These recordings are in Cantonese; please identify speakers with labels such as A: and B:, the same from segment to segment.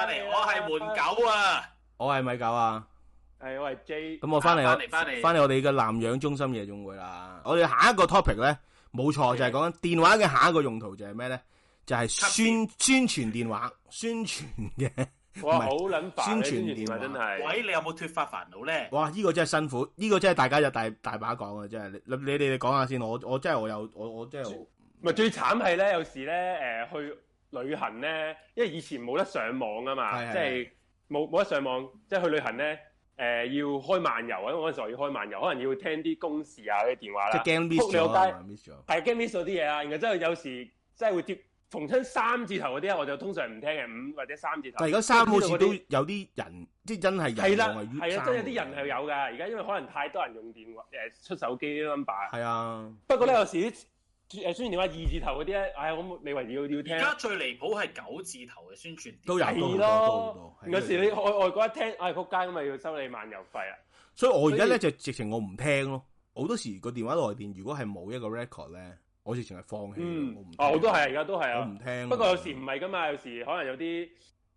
A: 哎
B: 哎
C: 門狗啊！
B: 我係米狗啊！
A: 係我係哎 J，
B: 咁我翻嚟
C: 啊返嚟返嚟
B: 翻嚟我哋嘅南洋中心夜總會啦。我哋下一個 topic 咧，冇錯就係講緊電話嘅下一個用途就係咩咧？就係宣宣傳電話，宣傳嘅。
A: 哇
B: 唔係
A: 好撚煩嘅啊
B: 宣
A: 宣
B: 傳
A: 傳電話
B: 電
A: 真
B: 話
A: 係，
C: 喂，你有冇脱髮煩惱咧？
B: 哇！呢、個真係辛苦，呢、個真係大家有大大把講啊！真係你你你哋講下先，我我真係我有我我真係
A: 咪最慘係咧，有時咧誒、呃去旅行咧，因為以前冇得上網啊
B: 係係
A: 嘛，即係冇冇得上網，即係去旅行咧誒、呃要開漫遊啊，因為嗰陣時候要開漫遊，可能要聽啲公事啊啲電話
B: 即
A: 啦
B: 係，驚 miss
A: 撲你
B: 咗
A: 個街
B: 啊，miss 咗。
A: 係驚 miss 咗啲嘢啊，然後之後有時真係會接逢親三字頭嗰啲啊，我就通常唔聽嘅，五或者三字頭。
B: 但係而家三好似都有啲人，即係真係
A: 係
B: 人
A: 啦，
B: 用啊
A: 係啊啦，真係有啲人係有㗎。而家因為可能太多人用電話誒出手機啲 number，
B: 係啊，
A: 不過咧有時啲誒宣傳電話二字頭嗰啲咧，唉，我冇你為要要
C: 而
A: 聽
C: 家
A: 啊。
C: 最離譜係九字頭嘅宣傳，
B: 都有都好多
A: 係
B: 都好多
A: 咯。，
B: 係
A: 有時你外外國一聽，唉，仆街咁咪要收你漫遊費啦。
B: 所以我而家咧
A: 所
B: 就
A: 以
B: 直情我唔聽咯。好多時個電話來電如果係冇一個 record 咧，我直情係放棄咯。
A: 嗯
B: 我唔聽，
A: 哦，我都係，而家都係
B: 我
A: 啊
B: 唔。聽。
A: 不過有時唔係㗎嘛，有時可能有啲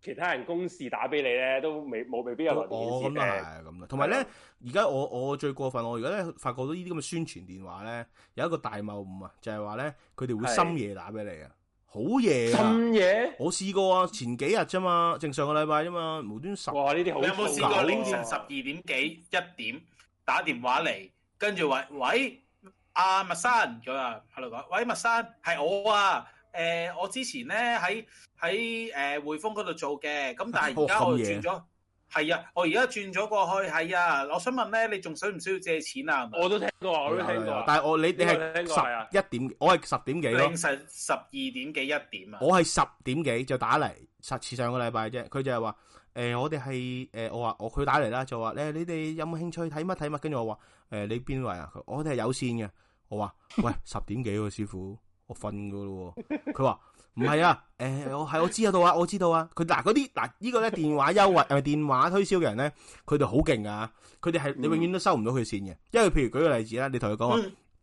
A: 其他人公事打俾你咧，都未冇未必有來
B: 我咁
A: 電顯示
B: 啊係咁啦。同埋咧
A: 係啊，
B: 而家我我最過分，我而家咧發覺到呢啲咁嘅宣傳電話咧，有一個大謬誤啊，就係話咧佢哋會
A: 係
B: 深夜打俾你啊，好夜啊！
A: 深夜。
B: 我試過啊，前幾日啫嘛，正上個禮拜啫嘛，無端十
A: 哇！呢啲好
C: 你有冇
A: 燥
C: 試過
A: 啊
C: 凌晨十二點幾一點打電話嚟，跟住話喂阿麥生佢話喺度講，喂麥生係我啊，誒、我之前咧喺喺誒匯豐嗰度做嘅，咁但係而家
B: 哦咁
C: 我
B: 夜
C: 轉咗，係啊，我而家轉咗過去，係啊，我想問咧，你仲需唔需要借錢啊？
A: 我都聽過，我都聽過啊。
B: 但係我你你係
A: 呢個聽過係啊
B: 十一點，我係十點幾咯
C: 凌。晨十二點幾一點啊，
B: 我係十點幾就打嚟，實似上個禮拜啫。佢就係話：誒、我哋係誒，我話我佢打嚟啦，就話咧，你哋有冇興趣睇乜睇乜？跟住我話：誒、你邊位啊？佢我哋係有線嘅。我話：喂，十點幾喎，師傅，我瞓噶咯喎。佢話：唔係啊，誒、我係我知道啊，我知道啊。佢嗱嗰啲嗱呢個咧電話優惠誒電話推銷嘅人咧，佢哋好勁啊！佢哋係你永遠都收唔到佢線嘅，因為譬如舉個例子啦，你同佢講話。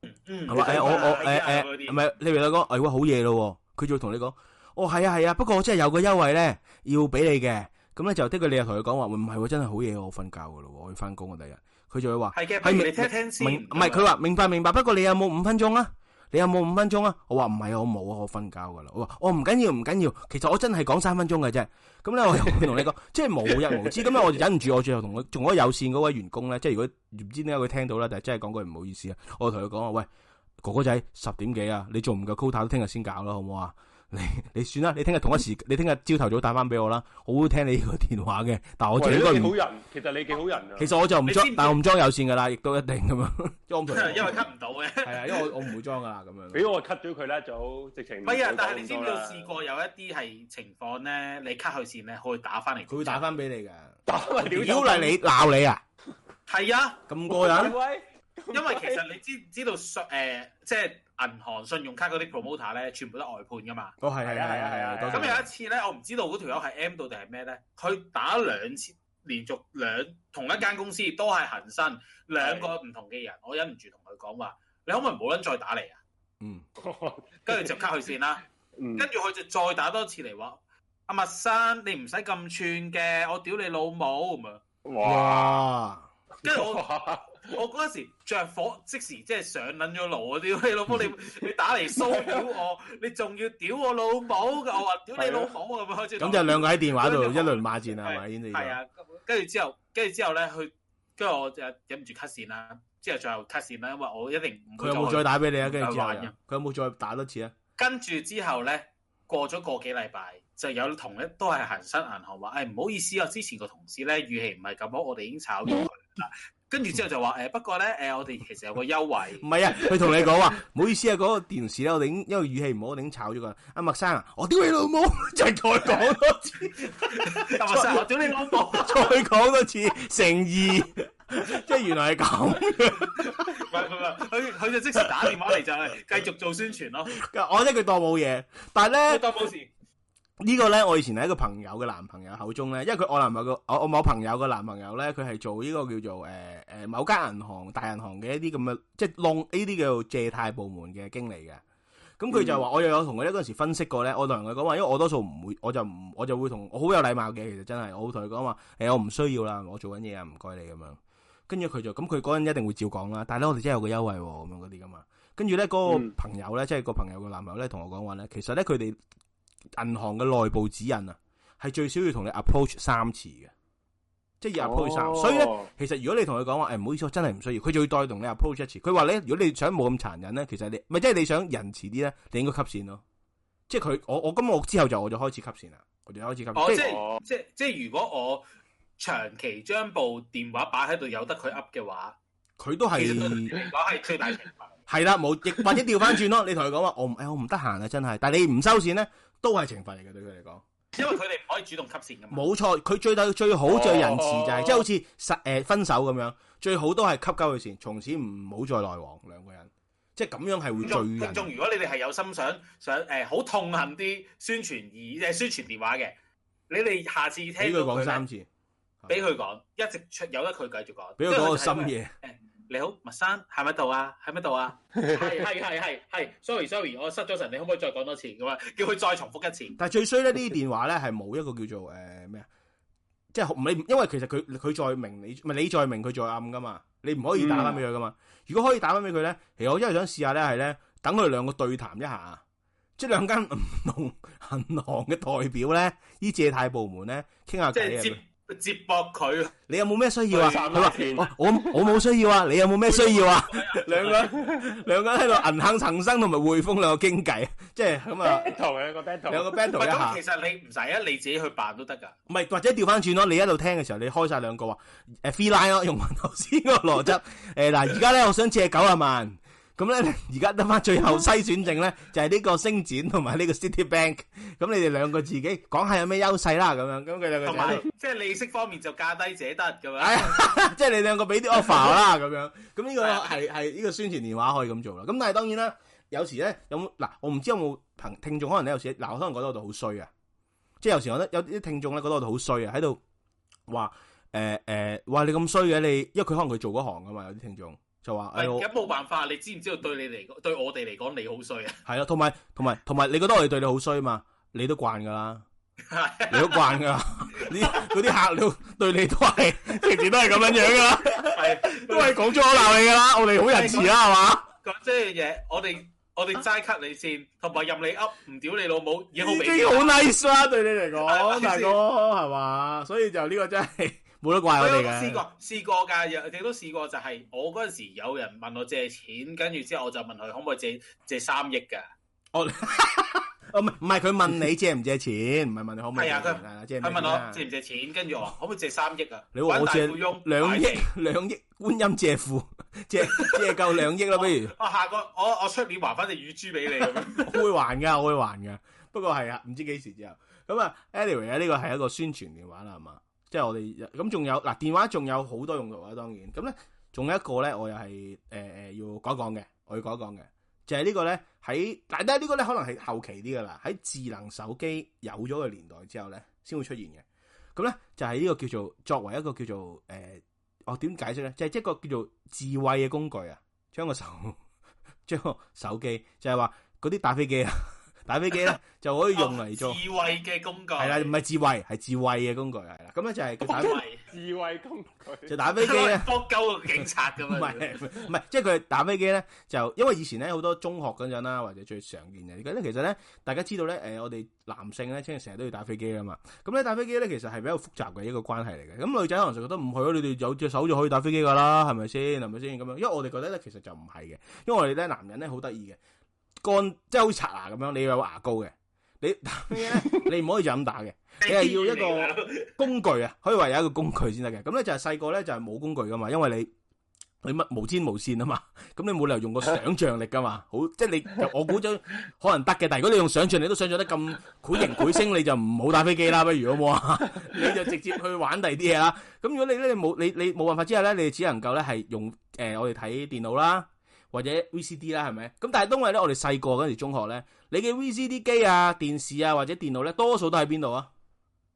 C: 嗯嗯，
B: 啊係嘛？誒，我我
C: 係
B: 誒
C: 啊
B: 誒
C: 嗰，啲
B: 唔係你咪講，哎喂，好嘢咯喎！佢就會同你講，哦係啊係啊，不過我真係有個優惠咧，要俾你嘅。咁咧就的佢，你又同佢講話，喂唔係喎，真係好嘢喎，我瞓覺噶咯喎，我要翻工啊第日。佢就會話，
C: 係嘅，不
B: 係
C: 如
B: 明
C: 你聽
A: 啊
C: 聽先，
B: 明唔係佢話明白明白，不過你有冇五分鐘啊？你有冇五分鐘啊？我話唔係啊，我冇啊，我瞓覺噶啦。我話我唔緊要唔緊要，其實我真係講三分鐘嘅啫。咁咧我又會同 你講，即係無日無之。咁咧我就忍唔住，我最後同佢仲嗰有線嗰位員工咧，即係如果唔知點解佢聽到啦，但係真係講句唔好意思啊，我同佢講話喂。哥哥仔十點幾啊？你做唔夠 quota 都聽日先搞啦，好唔好啊？ 你你算啦，你聽日同一時，你聽日朝頭早打翻俾我啦，我會聽你呢個電話嘅，但我就
A: 喂
B: 應
A: 你
B: 該
A: 都幾好
B: 唔，
A: 人，其實你幾好人啊。
B: 其實我就唔
C: 你
B: 裝
C: 知唔知，
B: 但我唔裝有線噶啦，亦都一定 咁樣，因為 我唔同你講
C: 因為 cut 唔到 嘅。
B: 係啊，因為我我唔會裝噶啦咁樣。
A: 俾我 cut 咗佢啦，早直情。
C: 唔係啊，但係你知唔知我試？過有一啲係情況咧，你 cut 佢線咧，佢會打翻嚟。
B: 佢會打翻俾你嘅，
A: 打咪
B: 屌
A: 屌
B: 你你鬧你啊，
C: 係啊，
B: 咁過 癮，
A: 喂，
C: 因為其實你知 知道信誒、呃即係銀行信用卡嗰啲 promoter 咧，全部都外判噶嘛。
B: 哦係係
A: 係啊
B: 係
A: 係啊
B: 係係，
C: 咁
B: 多謝
C: 有一次咧，我唔知道嗰條友係 M 到定係咩咧，佢打兩次，連續兩同一間公司都係恒生兩個唔同嘅人，我忍唔住同佢講話：你可唔可以冇撚再打 嚟啊？
B: 嗯，
C: 跟住就 cut 佢線啦。
A: 嗯
C: 跟住佢就再打多次嚟話：阿麥生，你唔使咁串嘅，我屌你老母咁樣。
A: 哇！
B: 哇，
C: 跟住我我嗰陣時着火，即時即係上撚咗腦啊！屌你老 母，你你打嚟騷擾我，你仲要屌我老母嘅，我話屌你老母咁樣開始。
B: 咁就兩個喺電話度
C: 跟
B: 一
C: 住我
B: 輪罵戰啊，係咪？呢
C: 係啊，跟住之後，跟住之後咧，佢跟住我就忍唔住 cut 線啦，之後最後 cut 線啦，因為我一定唔
B: 佢
C: 會
B: 有冇
C: 去
B: 再打俾你啊？跟住之後
C: 玩
B: 又
C: 嘅
B: 佢有冇再打多次啊？
C: 跟住之後咧，過咗個幾禮拜，就有同一都係恒生銀行話：，誒、唔好意思啊，之前個同事咧語氣唔係咁好，我哋已經炒咗佢啦。跟住之後就話：，誒、不過咧，誒、我哋其實有個優惠
B: 唔。係啊，佢同你講話， 唔好意思啊，嗰、個電視咧，我哋已經因為語氣唔好，我哋已經炒咗佢啦。阿麥生啊，我屌你老母， 就係再講多次，
C: 但我啊 實我屌你老母！
B: 再講多次，誠意， 即係原來係咁。
C: 唔係唔係，佢佢就即時打電話嚟就係繼續做宣傳咯。
B: 我覺得佢當冇嘢，但係咧
C: 我。當冇事。
B: 呢個呢，我以前喺一個朋友嘅男朋友口中呢，因為佢我男朋友個我我某朋友嘅男朋友呢，佢係做呢個叫做誒誒、呃某間銀行大銀行嘅一啲咁嘅即係弄呢啲叫做借貸部門嘅經理嘅。咁佢就話我又有同佢咧嗰陣時分析過咧，我同佢講話，因為我多數唔會，我就唔我就會同我好有禮貌嘅，其實真係我會同佢講話，誒、我唔需要啦，我做緊嘢啊，唔該你咁樣。跟住佢就咁，佢嗰陣一定會照講啦。但係咧，我哋真係有個優惠喎、咁樣嗰啲噶嘛。跟住咧，嗰、個
A: 嗯
B: 朋友咧，即係個朋友嘅男朋友咧，同我講話咧，其實咧佢哋銀行嘅內部指引啊，係最少要同你 approach 三次嘅，即係要 approach 三。所以咧。
A: 哦
B: 其實如果你同佢講話，誒、唔好意思，我真係唔需要，佢就會再同你 approach 一次。佢話咧，如果你想冇咁殘忍咧，其實你咪即係你想仁慈啲咧，你應該吸線咯。即係佢，我我咁我之後就我就開始吸線啦，我就開始吸
C: 哦，
B: 線。係
C: 即係即係即係，如果我長期將部電話擺喺度，由得佢噏嘅話，
B: 佢都
C: 其
B: 係
C: 實嚟講係最大平衡。
B: 係啦，冇亦或者調翻轉咯。你同佢講話，我唔誒、我唔得閒啊，真係。但係你唔收線咧，都係懲罰嚟嘅對佢嚟講。
C: 因為佢哋唔可以主動吸線噶嘛。
B: 冇錯，佢最大最好最仁慈就係、
A: 哦
B: 即係好似實誒、分手咁樣，最好都係吸鳩佢線，從此唔好再來往兩個人。即係咁樣係會最
C: 聽眾聽
B: 仁
C: 眾，如果你哋係有心想想誒好、痛恨啲宣傳儀誒宣傳電話嘅，你哋下次聽
B: 俾佢
C: 到
B: 講
C: 佢
B: 三
C: 咧，
B: 次，
C: 俾佢講，一直出由得佢繼續講，
B: 俾佢講個
C: 因為
B: 深
C: 佢就係咁樣。
B: 夜。
C: 你好，麥生喺咪度啊？喺咪度啊？係係係係係，sorry sorry，我失咗神，你可唔可以再講多次咁啊？叫佢再重 複一次。
B: 但係最衰咧，呢啲電話咧係冇一個叫做誒咩啊，即係唔你，因為其實佢佢再明你，唔係你再明佢再暗噶嘛，你唔可以打翻俾佢噶嘛。如果可以打翻俾佢咧，其實我真係想試下咧，係咧等佢哋兩個對談一下，即係兩間 唔同銀行嘅代表咧，依借貸部門咧傾下
C: 即
B: 偈
C: 係
B: 啊。
C: 接接駁佢，
B: 你有冇咩需要啊？
A: 對談
B: 佢話
A: 先
B: 我我我冇需要啊，你有冇咩需要啊？兩個兩個人喺度銀行恒生同埋匯豐兩個傾偈，即係咁啊，
A: battle 有一個 battle，
B: 兩個 battle
C: 喂
B: 一下
C: 咁。其實你唔使啊，你自己去扮都得㗎。
B: 唔係，或者調翻轉咯，你一路聽嘅時候，你開晒兩個話，誒 free line 咯，用翻頭先嗰個邏輯， 誒嗱，而家咧我想借九啊萬，咁咧 而家得翻最後篩選證咧，就係呢 個星展同埋呢個 City Bank，咁你哋兩個自己講下有咩優勢啦，咁樣，咁佢兩個就
C: 同
B: 喺
C: 埋
B: 度，
C: 即係利息方面就價低者得咁
B: 哎
C: 樣。
B: 呀即係你兩個俾啲 offer 啦，咁樣，咁呢個係係呢個宣傳電話可以咁做啦，咁但係當然啦，有時咧有冇嗱，我唔知有冇朋聽眾可能咧有時嗱，我可能覺得我哋好衰啊。即係有時我覺得有啲聽眾咧覺得我哋好衰啊，喺度話誒誒，話你咁衰嘅你，因為佢可能佢做嗰行噶嘛，有啲聽眾就話
C: 喂，
B: 誒
C: 而
B: 我
C: 家冇辦法，你知唔知道對你嚟講，對我哋嚟講，你好衰 啊！
B: 係啦，同埋同埋同埋，你覺得我哋對你好衰嘛？你都慣 噶啦，你都慣噶啦，你嗰啲客料 對你都係平時都係咁樣樣噶啦，
C: 係
B: 都係講粗口鬧你噶啦，我哋好仁慈啦，係嘛？
C: 講即係嘢，我哋我哋齋 cut 你先，同埋任你噏，唔屌你老母，已經好
B: 已
C: 俾
B: 經好 nice 啦，對你嚟講，
C: 係
B: 大哥係嘛？所以就呢個真係冇得怪我
C: 我
B: 哋
C: 有試
B: 嘅。
C: 過試過㗎，有亦都試過就係我嗰陣時有人問我借錢，跟住之後我就問佢可唔可以借借三億㗎。
B: 哦，唔係唔係，佢問你借唔借錢，唔係問你可唔可以
C: 係啊
B: 借錢係啦，借唔借
C: 佢佢
B: 錢
C: 問我
B: 啦
C: 借唔借錢，跟住我話可唔可以借三億啊？
B: 你話我
C: 玩大
B: 借
C: 富翁
B: 兩
C: 買
B: 億
C: 地
B: 兩億觀音借庫，借借夠兩億啦，不如
C: 我下個我我出年還翻隻乳豬俾你咁樣。
B: 我會還噶，我會還噶。不過係啊，唔知幾時之後咁啊。anyway 咧，呢個係一個宣傳電話啦，係嘛？即係我哋咁仲有嗱，電話仲有好多用途啦，當然咁咧，仲有一個咧，我又係誒誒要講一講嘅，我要講一講嘅，就係、呢個咧喺，但係呢個咧可能係後期啲噶啦，喺智能手機有咗嘅年代之後咧，先會出現嘅。咁咧就係、呢個叫做作為一個叫做誒、呃我點解釋咧？就係、一個叫做智慧嘅工具啊，將個手 將個手機就係話嗰啲打飛機啊， 打飛機咧就可以用嚟做
C: 智慧嘅工具。
B: 係啦，唔係智慧係智慧嘅工具係啦。咁咧就係打
C: 係
A: 智慧工具，
B: 就打飛機咧。
C: 搏鳩個警察啊咁啊
B: 唔
C: 樣。
B: 係唔係，即係佢打飛機咧，就因為以前咧好多中學嗰陣啦，或者最常見嘅，咁咧其實咧大家知道咧，誒、我哋男性咧，即係成日都要打飛機噶嘛，咁咧打飛機咧其實係比較複雜嘅一個關係嚟嘅，咁女仔可能就覺得唔係咯，你哋有隻手就可以打飛機噶啦，係咪先？係咪先咁樣？因為我哋覺得咧其實就唔係嘅，因為我哋咧男人咧好得意嘅，乾即係好似刷牙咁樣，你要有牙膏嘅，你 打飛機咧你唔可以就咁打嘅。你係要一個工具啊，可以話有一個工具先得嘅。咁咧就係細個咧就係冇工具噶嘛，因為你你乜無尖無線啊嘛， 咁你冇理由用個想像力噶嘛，好即係你我估咗可能得嘅，但係如果你用想像力都想像得咁 繪形繪聲，你就唔好打飛機啦，不如好冇啊？ 你就直接去玩第二啲嘢啦。咁如果你咧你冇你你冇辦法之下咧，你只能夠咧係用誒、呃我哋睇電腦啦。或者 VCD 啦，係咪？咁但係因為咧，我哋細個嗰陣時中學咧，你嘅 VCD 機啊、電視啊或者電腦咧，多數都喺邊度啊？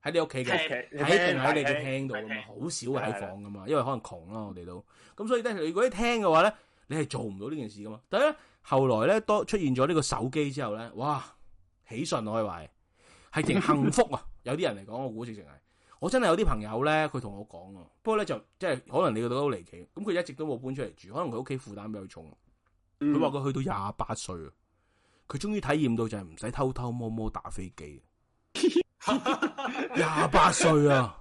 B: 喺你屋企嘅。
A: 劇
B: 喺定喺你嘅廳度
C: 大
B: 噶嘛，
C: 廳
B: 好少係
A: 係
B: 喺
A: 係
B: 房噶嘛，因為可能窮啦，我哋都咁，所以咧，如果啲廳嘅話咧，你係做唔到呢件事噶嘛。但係咧後來咧多出現咗呢個手機之後咧，哇，喜訊我可以話係係定幸福啊！有啲人嚟講，我估直情係。我真係有啲朋友咧，佢同我講喎，不過咧就即係可能你覺得好離奇，咁佢一直都冇搬出嚟住，可能佢屋企負擔比較重。啊佢話佢去到廿八歲啊，佢終於體驗到就係唔使偷偷摸摸打飛機。廿八歲啊，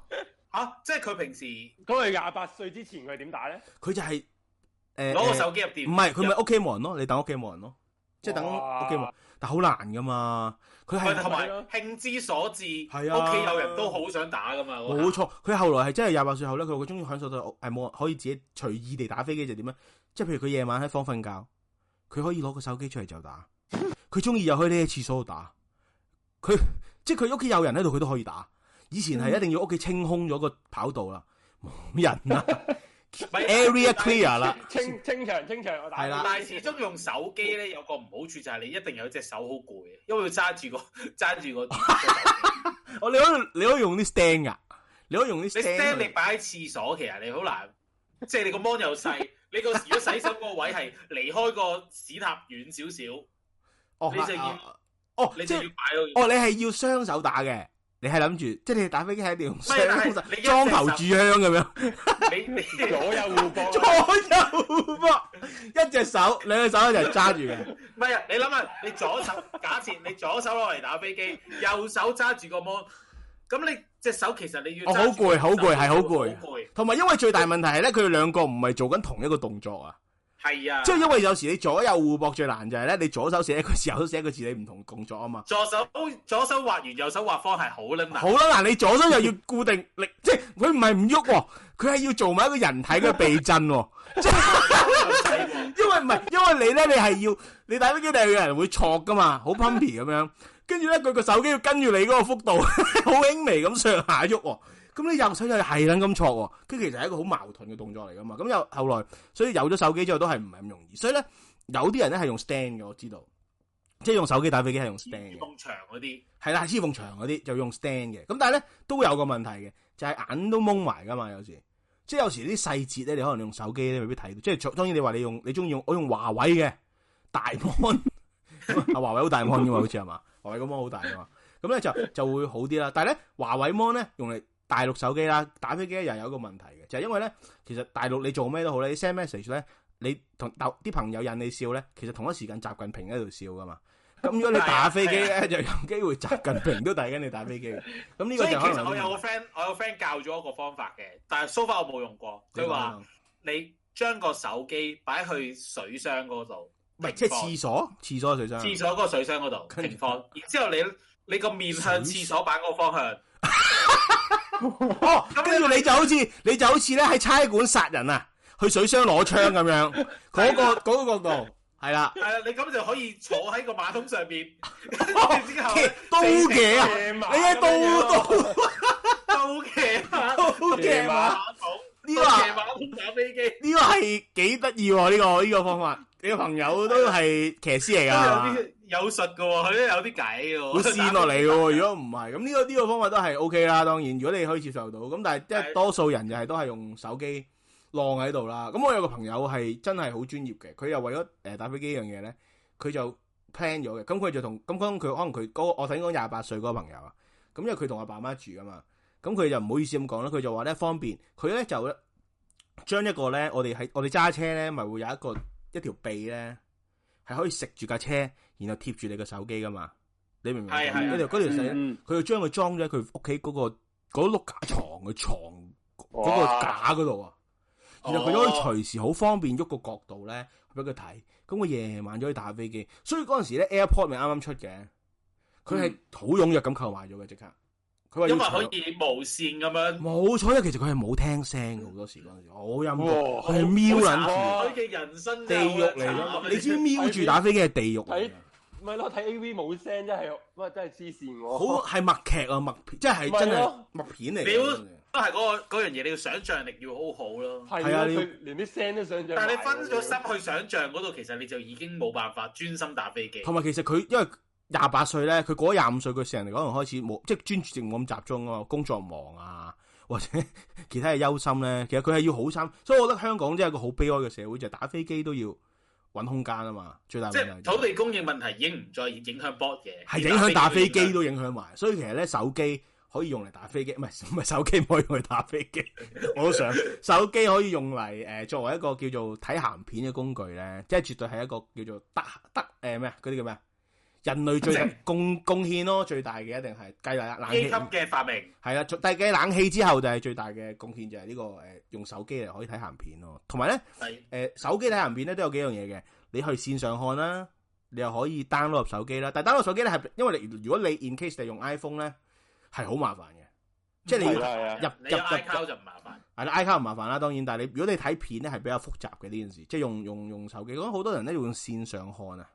C: 啊，即係佢平時
A: 咁佢廿八歲之前佢係點打咧？
B: 佢就係誒
C: 攞個手機入
B: 誒
C: 店，
B: 唔係佢咪屋企冇人咯，你等屋企冇人咯，即係等
A: 哇
B: 屋企冇人，但好難噶嘛。佢
C: 喂
B: 係
C: 同埋興之所至，
B: 係啊
C: 屋企有人都好想打噶嘛，嗰下
B: 冇，錯，佢後來係真係廿八歲後咧，佢佢終於享受到係冇人啊可以自己隨意地打飛機就點咧？即係譬如佢夜晚喺房瞓覺，佢可以攞個手機出嚟就打，佢中意又可以匿喺廁所度打，佢即係佢屋企有人喺度佢都可以打。以前係一定要屋企清空咗個跑道啦，冇人啊啦
C: 咪
B: ，area clear 啦，
A: 清清場清場，我打
B: 係啦
C: 但係始終用手機咧有個唔好處就係你一定有隻手好攰，因為要揸住個 揸 住個
B: 我你可以你可以用啲 stand 噶，你可以用啲
C: 你 stand 你
B: stand，
C: 擺喺廁所，其實你好難，即係你個 mon 又細， 你個如果洗手嗰個位係離開個屎塔遠少少，
B: 哦
C: 你就要
B: 啊啊哦，
C: 你
B: 即
C: 就
B: 係
C: 要擺到。
B: 哦，你係要雙手打嘅，你係諗住，即係你打飛機係一定要用雙
C: 係但係
B: 手
C: 你一隻手
B: 裝頭炷香咁樣，
C: 你 你
A: 左右互
C: 哦
A: 搏，
B: 左右膊，一隻手兩隻手一齊揸住嘅，
C: 唔係啊！你諗下，你左手假設你左手攞嚟打飛機，右手揸住個 mon，咁你隻手其實你要
B: 哦好攰好攰係好攰
C: 好攰，
B: 同埋因為最大問題係咧，佢哋兩個唔係做緊同一個動作啊，
C: 係啊！
B: 即係因為有時你左右互搏最難就係咧，你左手寫一個字，右手寫一個字，你唔同動作啊嘛。
C: 左手左手畫完，右手畫方係好撚難
B: 好。啦，嗱，你左手又要固定力，即係佢唔係唔喐喎，佢係要做埋一個人體嘅避震 喎，即係因為唔係，因為你咧，你係要你打飛機，你係有人會錯噶嘛，好 pumpy 咁樣，跟住咧佢個手機要跟住你嗰個幅 度，好輕微咁上下喐喎，咁你右手又係撚咁錯喎，跟住其實係一個好矛盾嘅動作嚟噶嘛，咁又後來所以有咗手機之後都係唔係咁容易，所以咧有啲人咧係用 stand 嘅，我知道，即係用手機打飛機係用 stand 嘅。
C: 咁長嗰啲，
B: 係啦，黐縫牆嗰啲就用 stand 嘅，咁但係咧都有個問題嘅，就係、眼都蒙埋噶嘛，有時即係有時啲細節咧，你可能用手機咧未必睇到，即係當然你話你用你中意用我用華為嘅大 mon，啊華為好大 mon 噶嘛，好似係嘛，華為個 mon 好大噶嘛，咁咧就就會好啲啦。但係咧華為 mon 咧用嚟大陸手機啦，打飛機咧又有一個問題嘅，就係、因為咧其實大陸你做咩都好咧，你 send message 咧。你同啲朋友引你笑咧，其實同一時間習近平喺度笑噶嘛。咁如果你打飛機
C: 啊
B: 咧，就有機會習近平都睇緊你打飛機。咁呢個
C: 所以其
B: 就可能
C: 實我有個 friend，我有個 friend 教咗一個方法嘅，但係 so far 我冇用過。佢話你將個手機擺去水箱嗰度，
B: 唔係即係廁所，廁所水箱。
C: 廁所嗰個水箱嗰度
B: 跟住
C: 平放，然之後你你個面向廁所板嗰個方向，
B: 哦，跟住你就好似你就好似咧喺差館殺人啊，去水箱攞槍咁 樣，
C: 啊
B: 嗰個嗰個角度係啦。
C: 係啊，你咁就可以坐喺個馬桶上面，跟
B: 哦
C: 住之後咧
B: 刀嘅啊，
A: 夜晚
B: 你喺刀
A: 咁樣
B: 刀
C: 都騎馬
B: 刀嘅嘛？
C: 馬桶，
B: 呢個
C: 都騎
B: 啊
C: 馬桶打飛機，
B: 呢個係幾得意喎？呢個呢個方法，你個朋友都係騎師嚟
C: 都有
B: 㗎。
C: 啲有術嘅喎，佢都有啲計嘅喎，
B: 會跣落嚟嘅喎，如果唔係，咁呢個呢個方法都係 O K 啦。當然，如果你可以接受到，咁但係即係
C: 係
B: 多數人就係都係用手機晾喺度啦。咁我有個朋友係真係好專業嘅，佢又為咗誒打飛機呢樣嘢咧，佢就 plan 咗嘅。咁佢就同咁講佢可能佢嗰個我頭先講廿八歲嗰個朋友啊，咁因為佢同阿爸媽住噶嘛，咁佢就唔好意思咁講啦，佢就話咧方便，佢咧就咧將一個咧我哋喺我哋揸車咧咪會有一個一條臂咧係可以食住架車，然後貼住你個手機噶嘛，你明唔明？
C: 係係
B: 嗰條嗰條
A: 嗯
B: 細呢
A: 嗯
B: 佢就將佢裝咗喺佢屋企嗰個嗰碌架床嘅床嗰個
A: 哇
B: 架嗰度啊，然後佢
C: 哦
B: 可以隨時好方便喐個角度咧俾佢睇，咁佢夜晚就可以打飛機，所以嗰陣時咧 AirPod 咪啱啱出嘅，佢係好踴躍咁購買咗嘅即刻，佢話要
C: 嗯因為可
B: 長
C: 以無線咁樣。
B: 冇錯，因為其實佢係冇聽聲嘅好多時嗰陣時，好陰功，
A: 哇
B: 佢係瞄撚住
C: 佢嘅人生
B: 地獄嚟
C: 咯
B: 㗎，，你知唔知瞄住打飛機係地獄嚟
A: 睇
B: 㗎。
A: 唔係咯，睇 A V 冇聲真係，哇真係黐線喎！
B: 好係默劇啊，默片，即係真
A: 咪
B: 係
A: 咯
B: 默片嚟
C: 你要
B: 嘅。
C: 都係嗰個嗰樣嘢，你要想像力要好好咯。
B: 係
A: 係
B: 啊
A: 啊，
B: 你要
A: 佢連啲聲都想像。
C: 但係你分咗心去想像嗰度，其實你就已經冇辦法專心打飛機。
B: 同埋其實佢因為廿八歲咧，佢過咗廿五歲，佢成日嚟講可能開始冇即係專注性冇咁集中啊，工作忙啊， 或者其他嘅憂心咧，其實佢係要好慘，所以我覺得香港真係一個好悲哀嘅社會，就係打飛機都要揾空間啊嘛，最大
C: 即
B: 問題
C: 係
B: 就
C: 土
B: 係
C: 地供應問題已經唔再影響 board 嘅，
B: 係影響打飛機
C: 咯。
B: 都影響埋，所以其實咧手機可以用嚟打飛機，唔係唔係手機唔可以用嚟打飛機，我都想手機可以用嚟誒、呃作為一個叫做睇鹹片嘅工具咧，即係絕對係一個叫做得得誒咩啊嗰啲叫咩啊人類最大貢貢獻咯，最大嘅一定係計冷冷
C: 機
B: 氣
C: 級嘅發明，
B: 系啦，但係嘅冷氣之後就係最大嘅貢獻，就係呢、個诶、誒用手機嚟可以睇鹹片咯。同埋咧，
C: 係
B: 诶、呃手機睇鹹片咧都有幾樣嘢嘅，你去線上看啦，你又可以 download 入手機啦。但系 download 入手機咧係因為你如果你 in case 你用 iPhone 咧係好麻煩嘅，即係你
A: 係啊
B: 要
A: 啦係
B: 入
A: 啦，
C: 你有
B: 入
C: iCloud 就唔麻煩。
B: 係啦 iCloud 唔麻煩啦，當然。但係你如果你睇片咧係比較複雜嘅呢件事，即係用用用手機，咁好多人咧用線上看啊，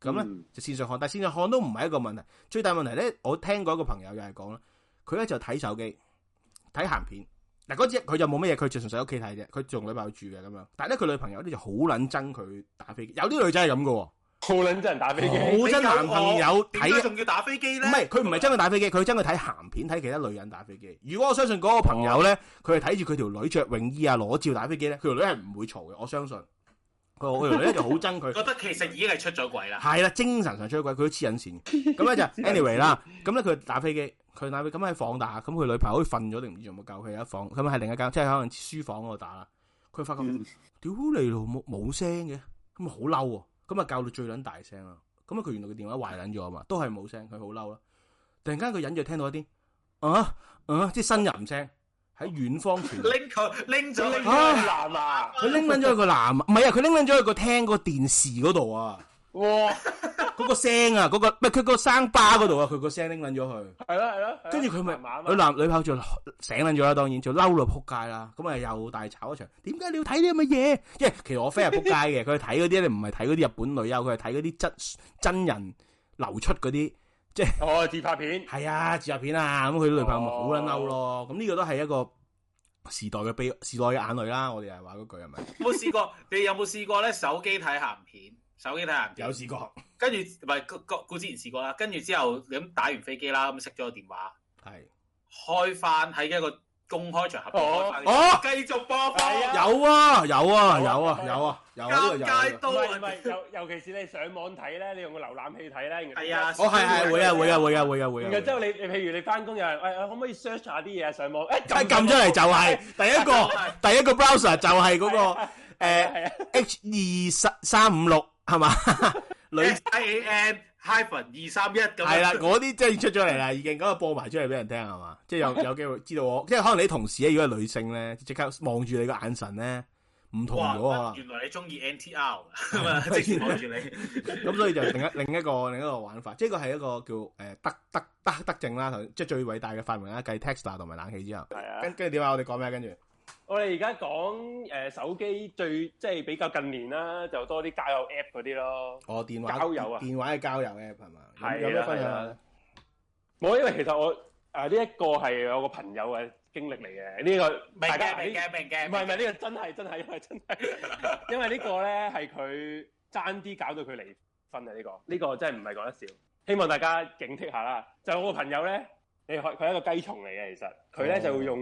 B: 咁咧。
A: 嗯
B: 就線上看，但係線上看都唔係一個問題。最大問題咧，我聽過一個朋友又係講啦，佢咧就睇手機睇鹹片。嗱嗰只佢就冇乜嘢，佢就純粹喺屋企睇啫，佢仲女朋友住嘅咁樣。但係咧佢女朋友咧就好撚憎佢打飛機，有啲女仔係咁嘅喎，
A: 好撚真人打飛機，
B: 好憎男朋友
C: 點解
B: 睇。啊
C: 仲要打飛機
B: 唔
C: 咧？
B: 係佢唔係憎佢打飛機，佢憎佢睇鹹片，睇其他女人打飛機。如果我相信嗰個朋友咧，佢係睇住佢條女着泳衣啊裸照打飛機咧，佢條女係唔會嘈嘅，我相信。佢我條女咧就好憎佢。
C: 覺得其實已經係出咗軌啦。
B: 係啦，精神上出軌，佢都黐緊線嘅。咁咧就 anyway 啦，咁咧佢打飛機，佢打飛咁喺房打，咁佢女朋友好似瞓咗定唔知做乜鳩，佢有一房，咁喺另一間，即係可能書房嗰度打啦。佢發覺
A: 嗯
B: 屌你老母冇聲嘅，咁啊好嬲喎，咁啊教到最撚大聲啦。咁啊佢原來個電話壞撚咗啊嘛，都係冇聲，佢好嬲啦。突然間佢隱約聽到一啲啊啊，即係呻吟聲喺遠方傳嚟。
C: 拎佢拎咗拎
A: 拎咗
C: 咗
A: 去男啊！
B: 佢拎撚咗去個男，唔係啊！佢拎撚咗去個廳個電視嗰度啊！
A: 哇，
B: 嗰個聲啊，嗰、個唔係佢個生巴嗰度啊，佢個聲拎撚咗去，
A: 係啦係啦，係啦
B: 跟住佢咪
A: 麻麻啊
B: 佢男女朋友就醒撚咗啦，當然就嬲到撲街啦，咁啊又大吵一場。點解你要睇呢啲咁嘅嘢？因為其實我 friend 係撲街嘅，佢睇嗰啲你唔係睇嗰啲日本女優，佢係睇嗰啲真真人流出嗰啲，
A: 哦自拍片，
B: 係啊自拍片啊，咁佢女朋友咪好撚嬲咯。咁呢個都係一個時代嘅悲，時代嘅眼淚啦。我哋係話嗰句係咪？
C: 有冇試過？你有冇試過咧？手機睇鹹片，手機睇鹹片，
B: 有試過
C: 跟住唔係個個顧之前試過啦，跟住之後你咁打完飛機啦，咁熄咗個電話，
B: 係
C: 開翻喺一個公開場合度開翻，
B: 哦
C: 繼續播放
A: 係，啊
B: 有啊有啊有啊有啊有啊呢個有啊。
C: 尷
B: 有
C: 尬
B: 啊
C: 到
A: 唔係唔
C: 啊
A: 係，尤尤其是你上網睇咧，你用個瀏覽器睇咧，
C: 係啊
B: 哦係係會啊會啊會啊會啊會啊會
A: 然後
B: 啊
A: 之。後你你譬如你翻工有人，喂，可唔可以 search 下啲嘢上網？誒
B: 一撳出嚟就係第一個，第一個 browser 就係嗰個誒
A: 係啊
B: H 二三三五六係嘛？女
C: ！S I A N hyphen 二三一咁樣
B: 係啦，，嗰啲即係出咗嚟啦，已經嗰個播埋出嚟俾人聽係嘛？即係 有有機會知道我，即係可能你同事啊咧，如果係女性咧，即刻望住你個眼神咧唔同咗
C: 哇
B: 啊！！
C: 原來你中意 N T R 啊，即時望住你，
B: 咁所以就另一 另一個另一個玩法，即係個係一個叫誒德德德德政啦，頭即係最偉大嘅發明啦，繼 Tesla 同埋冷氣之後，
A: 係啊。
B: 跟跟住點啊？我哋講咩啊？跟住
A: 我哋而家講誒手機最即係比較近年啦，就多啲交友 app 嗰啲咯。
B: 我哦電話
A: 交友啊
B: 電話嘅交友 app 係嘛？有
A: 係
B: 有咩
A: 啊
B: 分享
A: 係
B: 啊
A: 啊？冇，因為其實我誒呢一個係我個朋友嘅經歷嚟嘅，呢、個
C: 明
A: 大
C: 嘅
A: 家
C: 明嘅明嘅，
A: 唔係唔係呢個真係真係因為真係，因 為呢個咧係佢爭啲搞到佢離婚啊！呢、個呢、個真係唔係講得笑，希望大家警惕下啦。就我個朋友咧，你可佢係一個雞蟲嚟嘅，其實佢咧、
B: 哦
A: 就會用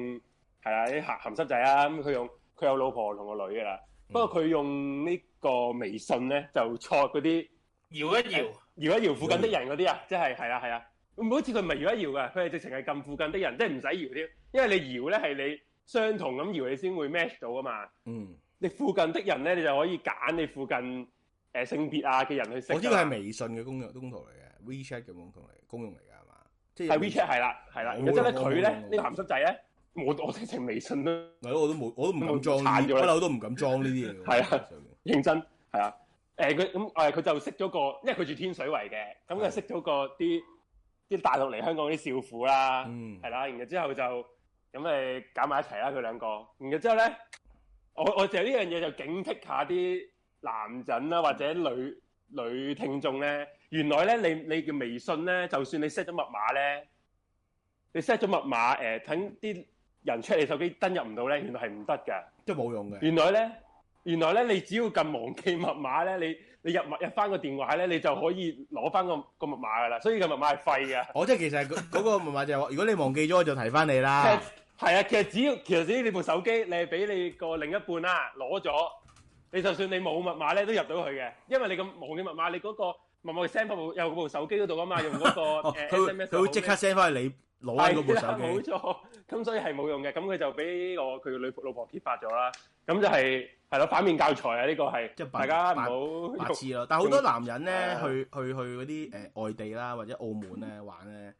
A: 係啦啲鹹鹹濕仔啊，咁佢用佢有老婆同個女噶啦，不過佢用呢個微信咧就錯嗰啲。
C: 搖一搖。
A: 搖一搖附近的人嗰啲啊，即係係啦係啦，唔好似佢唔係搖一搖㗎，佢係直情係撳附近的人，即係唔使搖添，因為你搖咧係你相同咁搖，你先會 match 到啊嘛。
B: 嗯，
A: 你附近的人咧，你就可以揀你附近誒、呃性別啊嘅人去識㗎
B: 我
A: 嘛。
B: 呢個係微信嘅公用工圖嚟嘅，WeChat 嘅公圖嚟，公用嚟㗎係嘛？即
A: 係 WeChat 係啦係啦，
B: 我
A: 然之後咧
B: 我
A: 佢
B: 我
A: 咧呢個鹹濕仔咧，我 我直情微信都
B: 係咯，我都冇，我都唔敢裝
A: 我
B: 呢，
A: 都
B: 不
A: 冇
B: 嬲都唔敢裝呢啲嘢喎。
A: 係啊認真係啊。誒佢咁誒佢就識咗個，因為佢住天水圍嘅，咁佢
B: 係
A: 識咗個啲啲大陸嚟香港嗰啲少婦啦。
B: 嗯
A: 係，啦，然後之後就咁誒搞埋一齊啦，佢兩個。然後之後咧，我我就呢樣嘢就警惕下啲男人啦，或者女女聽眾咧。原來咧，你你嘅微信咧，就算你 set 咗密碼咧，你 set 咗密碼誒，等、啲人 check 你手機登入唔到咧，原來係唔得㗎。
B: 即係冇用嘅。
A: 原來咧，原來咧，你只要撳忘記密碼咧，你你入密入翻個電話咧，你就可以攞翻個個密碼㗎啦。所以個密碼係廢㗎。
B: 我即係其實係嗰嗰個密碼就係話，如果你忘記咗，我就提翻你啦。
A: text 係啊，其實只要其實只要你部手機，你係俾你個另一半啦攞咗，你就算你冇密碼咧都入到去嘅，因為你個冇嘅密碼，你嗰個密碼 send 翻部有部手機嗰度啊嘛，用嗰個
B: 哦，
A: 誒
B: 佢會
A: SMS
B: 佢會即刻 send 翻去你攞翻嗰部
A: 係啦冇
B: 手機。
A: 錯，咁所以係冇用嘅，咁佢就俾我佢女老婆揭發咗啦，咁就係係咯反面教材啊，呢、個係
B: 即係
A: 大
B: 白
A: 家
B: 白
A: 唔 好
B: 白
A: 用
B: 痴咯，但係好多男人咧
A: 啊
B: 去去去嗰啲誒外地啦或者澳門咧玩咧，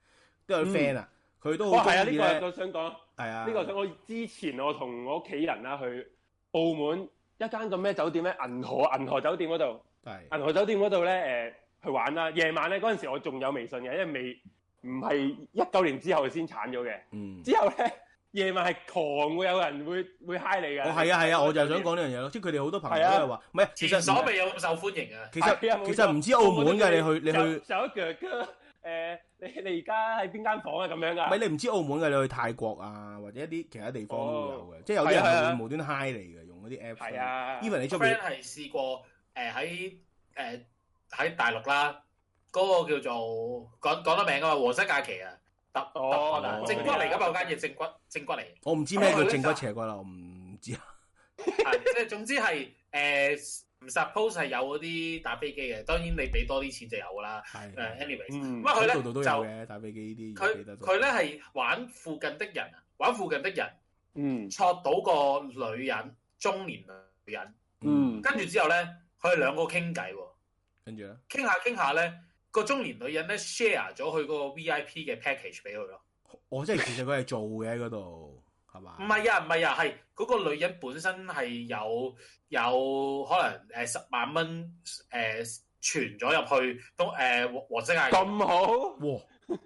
B: 都有 friend 啊，佢都
A: 哇，
B: 好中
A: 係啊！呢、
B: 意
A: 個
B: 咧，
A: 我想講，呢、
B: 係啊，
A: 個想我之前我同我屋企人啦去澳門一間咁咩酒店咧，銀河銀河酒店嗰度，
B: 係
A: 銀河酒店嗰度咧誒去玩啦。夜晚咧嗰陣時我仲有微信嘅，因為未唔係一九年之後先剷 咗嘅。
B: 嗯。
A: 之後咧夜晚係狂會有人會會嗨你嘅。
B: 我係啊係啊，我就係想講呢樣嘢咯，即係佢哋好多朋友
C: 啊
B: 都係話，唔係，其
C: 前
B: 實
C: 所未有咁受歡迎啊！
B: 其實
A: 係啊冇錯
B: 其實唔止澳門㗎，你去你去
A: 手，手一腳腳誒，你你而家喺邊間房啊？咁樣
B: 唔係
A: 㗎。
B: 你唔知澳門㗎，你去泰國啊或者一啲其他地方都會有
C: 哦
B: 嘅，即係有啲
A: 係啊係啊
B: 人會無端 high 你嘅，用嗰啲 app。
A: 係。啊。
B: even 你出面
C: friend 係試過誒喺誒喺大陸啦，嗰、個叫做講講得名啊嘛，黃色假期啊，揼揼骨啊
B: 哦，
C: 正骨嚟噶嘛，嗰間嘢正骨正骨嚟，
B: 我唔知咩叫
C: 哦
B: 正骨邪骨啦，我唔知啊。
C: 係即係總之係誒唔 suppose 係有嗰啲打飛機嘅，當然你俾多啲錢就有㗎啦。
B: 係
C: 誒。anyway，
A: 嗯
C: 咁啊佢咧
B: 度度都有
C: 就
B: 嘅，打飛機呢啲嘢記得
C: 佢
B: 都
C: 佢咧係玩附近的人，玩附近的人，
A: 嗯
C: 戳到個女人中年女人，
A: 嗯
C: 跟住之後咧佢哋兩個傾偈喎。
B: 跟住咧，
C: 傾下傾下咧，個中年女人咧 share 咗佢嗰個 VIP 嘅 package 俾佢咯。
B: 我哦即係其實佢係做嘅喺嗰度，係嘛？
C: 唔係啊，唔係啊，係嗰、個女人本身係有有可能誒十萬蚊誒存咗入去，都誒、黃黃色嗌
A: 咁好。
B: 哇！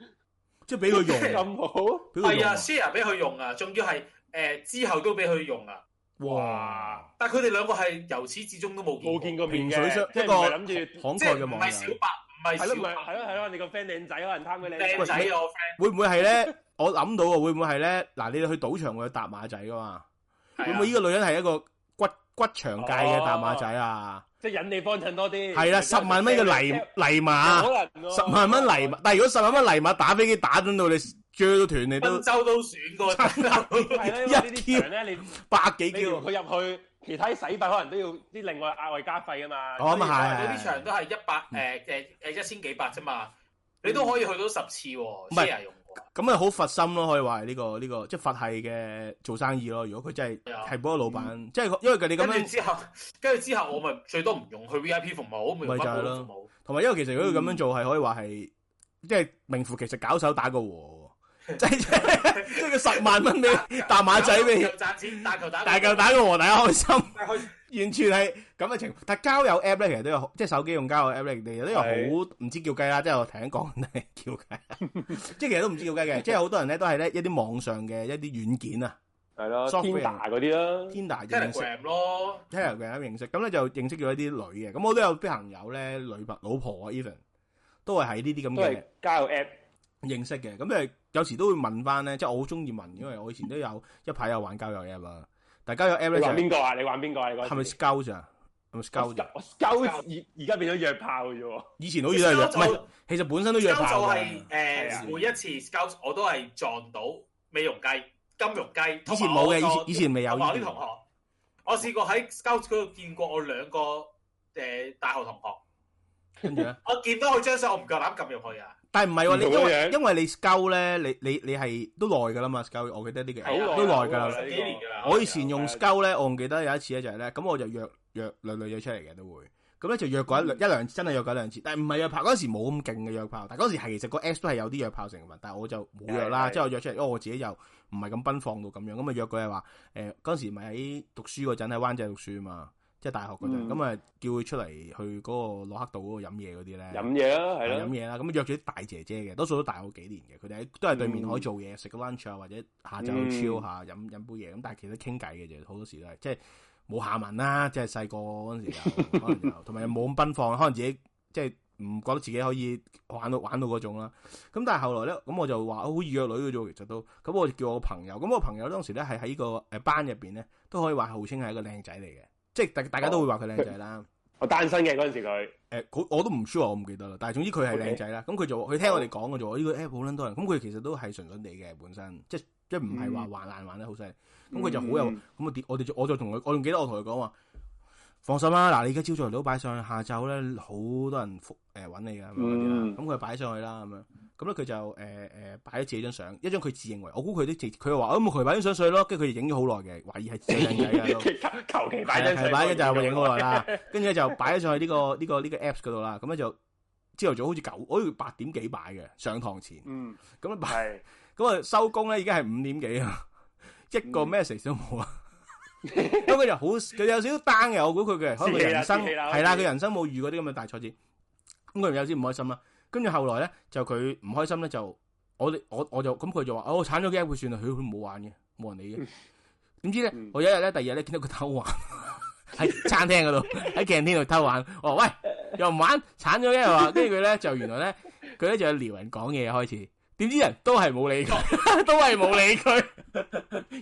B: 即係俾 佢 用，
A: 咁好，
B: 俾佢
C: 係
B: 用
C: 啊，share 俾佢用啊，仲要係誒之後都俾佢用啊。
B: 哇！
C: 但係佢哋兩個係由始至終都冇見
A: 冇
C: 過，
A: 見過面
B: 萍
A: 嘅
B: 水，相
A: 即係
B: 一
A: 唔
B: 個
A: 係諗住
B: 慷
C: 即
B: 慨
C: 係
B: 嘅
C: 唔
B: 網
C: 係
B: 友
C: 小。白，唔係
A: 係咯，
C: 小
A: 唔係係咯係
C: 白，
A: 咯，你個 friend 靚仔可能貪佢
C: 靚
A: 靚
C: 仔
A: 仔，
C: 啊我 friend
B: 會唔會係咧？ 我諗到啊，會唔會係咧？嗱，你哋去賭場會有搭馬仔噶嘛？會
C: 係
B: 唔
C: 啊
B: 會呢個女人係一個骨骨長界
C: 哦
B: 嘅搭馬仔啊？
A: 即係引你幫襯多啲。
B: 係啦，十萬蚊嘅泥泥
C: 哦
B: 馬，
A: 可能喎
B: 十萬蚊泥馬。但係如果十萬蚊泥馬打飛機打到你鋸到斷，你都
C: 賓州都選過，
A: 係啦，因為呢啲場咧，你
B: 百幾
A: 你
B: 叫
A: 要。佢入去其他啲洗費，可能都要啲另外額外加費啊嘛。
B: 哦咁啊係
C: 嗰啲場都係一百誒誒誒一千幾百啫嘛，你都可以去到十次喎
B: 係
C: ，share 用過。
B: 咁啊咪好佛心咯，可以話係呢個呢、個即係佛系嘅做生意咯。如果佢真係
C: 係啊
B: 係嗰個老闆，即係因為佢哋咁
C: 跟住
B: 樣，
C: 之後，跟住之後我咪最多唔用去 V I P 服務，我唔用
B: 咪就係
C: 乜
B: 咯
C: 嘢服
B: 同埋因為其實如果佢咁樣做係可以話係即係名副其實搞手打個和喎，即係即係佢十萬蚊俾
C: 務。
B: 大馬仔俾
C: 又 賺錢，大球打
B: 大嚿，打個和，大家開心，
C: 但係佢
B: 完全係咁嘅情況。但交友 app 咧，其實都有即係手機用交友 app 咧，其實都有好唔知叫雞啦，即係我頭先講定係叫雞，即係其實都唔知叫雞嘅，即係好多人咧都係咧一啲網上嘅一啲軟件啊
A: 係咯
B: Software
A: ，Tinder 嗰啲啦，
B: ，Tinder 認識
C: Telegram 咯，
B: Telegram 認識，咁咧就認識咗一啲女嘅。咁我都有啲朋友咧，女朋老婆啊，even 都係喺呢啲咁
A: 都係
B: 嘅
A: 交友 app。
B: 認識嘅。咁誒有時都會問翻咧，即係我好中意問，因為我以前都有一排有玩交友 app 啊。但交友 app
A: 你
B: 咧就
A: 玩
B: 係
A: 邊個啊？你玩邊個啊？你嗰時
B: 係咪 Scout 啊？係咪 Scout 咋？
A: 我鳩而而家變咗約炮嘅啫喎。
B: 以前好似都係約，唔係
C: 係，
B: 其實本身都約
C: 交就
B: 炮啊嘅。
C: 係誒每一次交我都係撞到美容雞、金融雞，
B: 以
C: 以
B: 前冇嘅，以前以前未有
C: 同
B: 呢
C: 埋我啊啲
B: 啲
C: 同。學，我試過喺 Scout 嗰度見過我兩個誒大學同學。
B: 跟住咧，
C: 我見到佢張相，我唔夠膽撳入去啊！
B: 但係唔係喎？
A: 唔
B: 你
A: 同
B: 因
A: 嘅
B: 為
A: 樣
B: 因為你 Scout 咧，你你你係都耐㗎啦嘛，Scout 我記得呢個
C: 係啊
B: 都耐㗎啦
A: 好。
C: 十幾年㗎啦。
B: 我以前用
A: 係啊
B: Scout 咧，我仲記得有一次咧就係咧，咁我就約約兩女仔出嚟嘅都會，咁咧就約
A: 嗯
B: 過一兩一兩次，真係約過一兩次，但係唔係約炮嗰陣時冇咁勁嘅約炮，但係嗰陣時係其實個 S 都係有啲約炮成分，但係我就冇約啦，
A: 係係
B: 即係我約出嚟，因為我自己又唔係咁奔放到咁樣，咁啊約佢係話誒嗰陣時咪喺讀書嗰陣喺灣仔讀書啊嘛，即係大學嗰陣，
A: 嗯
B: 咁啊、叫佢出嚟去嗰個洛克道嗰度飲嘢嗰啲咧。
A: 飲嘢啦，係
B: 飲
A: 咯。
B: 嘢啦，啊咁約咗啲大姐姐嘅，多數都大我幾年嘅，佢哋喺都係對面海
A: 嗯
B: 做嘢，食個 lunch 啊，或者下晝去
A: 嗯
B: chill 下，飲飲杯嘢，咁但係其實傾偈嘅啫，好多時都係即係冇下文啦，即係細個嗰陣時又可能又同埋又冇咁奔放，可能自己即係唔覺得自己可以玩到玩到嗰種啦。咁但係後來咧，咁我就話好易約女嘅啫，其實都咁我就叫我朋友，咁我朋友當時咧係喺呢個誒班入邊咧，都可以話號稱係一個靚仔嚟嘅，即係大大家都會話佢靚仔啦。
A: 我單身嘅嗰陣時佢，
B: 诶，佢我都唔 sure，我唔記得啦。但係總之佢係
A: OK
B: 靚仔啦。咁佢就佢聽我哋講嘅啫喎，呢個 app 好撚多人。咁佢其實都係純粹地嘅本身，即即唔係話玩爛玩得好犀利。咁佢就好有
A: 嗯
B: 咁我哋我哋就我就同佢，我仲記得我同佢講話，放心啦，嗱你而家朝早嚟到擺上去，下晝咧好多人復誒揾你㗎咁樣嗰啲啦
A: 嗯。
B: 咁佢擺上去啦咁樣，咁咧佢就誒誒擺咗自己張相，一張佢自認為，我估佢啲自佢話，哦咁佢擺張相上去咯，跟住佢就影咗好耐嘅，懷疑係自己靚 仔啊㗎都。
A: 求其擺
B: 係
A: 張
B: 係
A: 相，
B: 擺嘅就係影好耐啦，跟住咧就擺咗上去呢個 呢個呢個 Apps 嗰度啦，咁咧就朝頭早好似九，好似八點幾擺嘅上堂前，
A: 嗯，
B: 咁啊擺
A: 係
B: 咁啊收工咧已經係五點幾 啊，一個
A: 嗯
B: message 都 冇啊，咁佢就好佢有少少 down 嘅，我估佢嘅，可能佢
A: 泄氣啦
B: 人生
A: 泄氣啦
B: 係啦，
A: 好
B: 佢
A: 似
B: 人生冇遇過啲咁嘅大挫折，咁佢有少少唔開心啦，跟住後來咧就佢唔開心咧就我哋我我就咁佢就話哦我鏟咗幾 app 算啦，佢佢冇玩嘅，冇人理嘅，點知咧
A: 嗯
B: 我有一日咧第二日咧見到佢偷 玩。喺餐廳嗰度，喺 canteen 度偷玩。我話喂，又唔玩，鏟咗嘅話，跟住佢咧就原來咧，佢咧就撩人講嘢開始。點知人都係冇理 佢，都係冇理佢。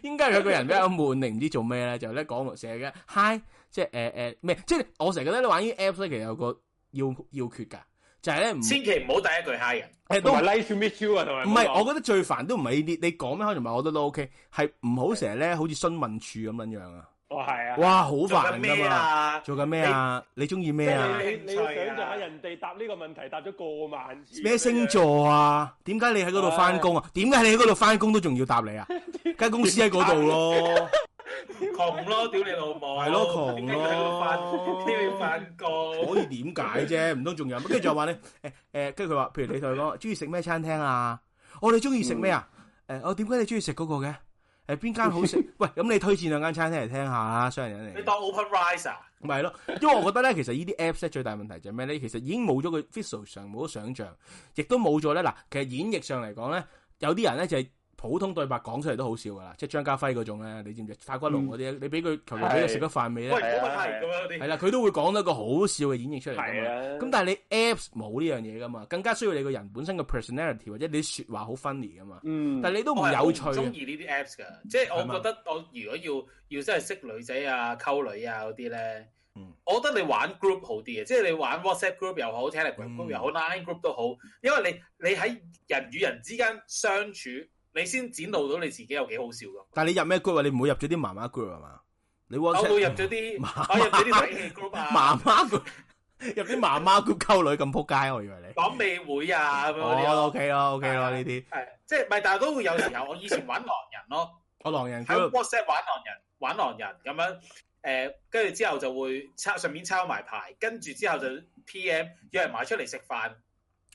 B: 應該係佢個人比較悶定唔知做咩咧，就咧講成日嘅 hi，即係誒誒咩？即係我成日覺得你玩呢啲 apps 咧，其實有個要要訣㗎，就係咧唔
C: 千祈唔好第一句嗨人，
B: 誒都
A: 同埋 like to meet you 啊，同埋
B: 唔係，我覺得最煩都唔係呢啲，你講咩開場白我覺得都 OK，係唔好成日咧好似詢問處咁樣樣啊！
A: 我係啊，
B: 哇，好
C: 做
B: 煩
C: 緊咩
B: 㗎嘛！
C: 啊？
B: 做緊咩啊？你中意
A: 即
B: 咩啊
A: 係？你你你要想象下人哋答呢個問題答咗過萬次，
B: 咩星？座啊？點解你喺嗰度翻工啊？點解你喺嗰度翻工都仲要答你 啊？間公司喺嗰度咯，
C: 窮咯，屌你老母！
B: 係咯
C: 點解要
B: 窮咯
C: 翻？點解要翻工？
B: 可以點解啫？唔通仲有？跟住就話你誒誒，跟住佢話，譬如你同佢講中意食咩餐廳啊？我哋中意食咩啊？誒，我點解你中意食嗰個嘅？誒邊間 好食？喂，咁你推薦兩間餐廳嚟聽下啊，商人
C: 你
B: 嚟。
C: 當 Open Rise 啊？
B: 咪係咯，因為我覺得咧，其實呢啲 apps 咧最大問題就係咩咧？其實已經冇咗佢 visual 上冇咗想像，亦都冇咗咧嗱。其實演繹上嚟講咧，有啲人咧就係、普通對白講出嚟都好笑噶啦，即係張家輝嗰種咧，你知唔知？化骨龍嗰啲咧，你俾佢求其俾佢
A: 係
B: 食咗飯未
C: 嗯
B: 咧
C: 喂，嗰，
A: 係啊
C: 個係咁樣嗰
B: 係
C: 啲。
B: 啦，佢都會講到一個好笑嘅演繹出嚟㗎
A: 係
B: 嘛。
A: 啊，
B: 咁但係你 apps 冇呢樣嘢噶嘛，更加需要你個人本身嘅 personality 或者你啲説話好 funny 噶嘛。
A: 嗯，
B: 但係你都唔
C: 我係好
B: 有趣啊，
C: 中意呢啲 apps 㗎，即係
B: 係嘛
C: 我覺得我如果要要真係識女仔啊、溝女啊嗰啲咧
B: 嗯，
C: 我覺得你玩 group 好啲嘅，即係你玩 WhatsApp group 又好、
B: 嗯
C: Telegram group 又好、Line group 都好，因為你你喺人與人之間相處，你先展露到你自己有幾好笑㗎。
B: 但係你入咩 group 啊？你唔會入咗啲媽媽 group 啊嘛？你
C: 我
B: WhatsApp
C: 會入 咗啲，我入咗啲睇戲 group 啊、
B: 媽媽 group 入啲媽媽 group 溝女咁撲街，我以為你。
C: 講美會啊咁樣嗰啲
B: 哦
C: 咯。
B: ，OK 咯，OK 咯，
C: 係
B: 呢啲
C: 係，即係咪？但係都會有時候，我以前玩狼人咯。
B: 我狼人
C: 喺
B: group
C: WhatsApp 玩狼人，玩狼人咁樣，誒、跟住之後就會抄順便抄埋牌，跟住之後就 PM 約人埋出嚟食飯，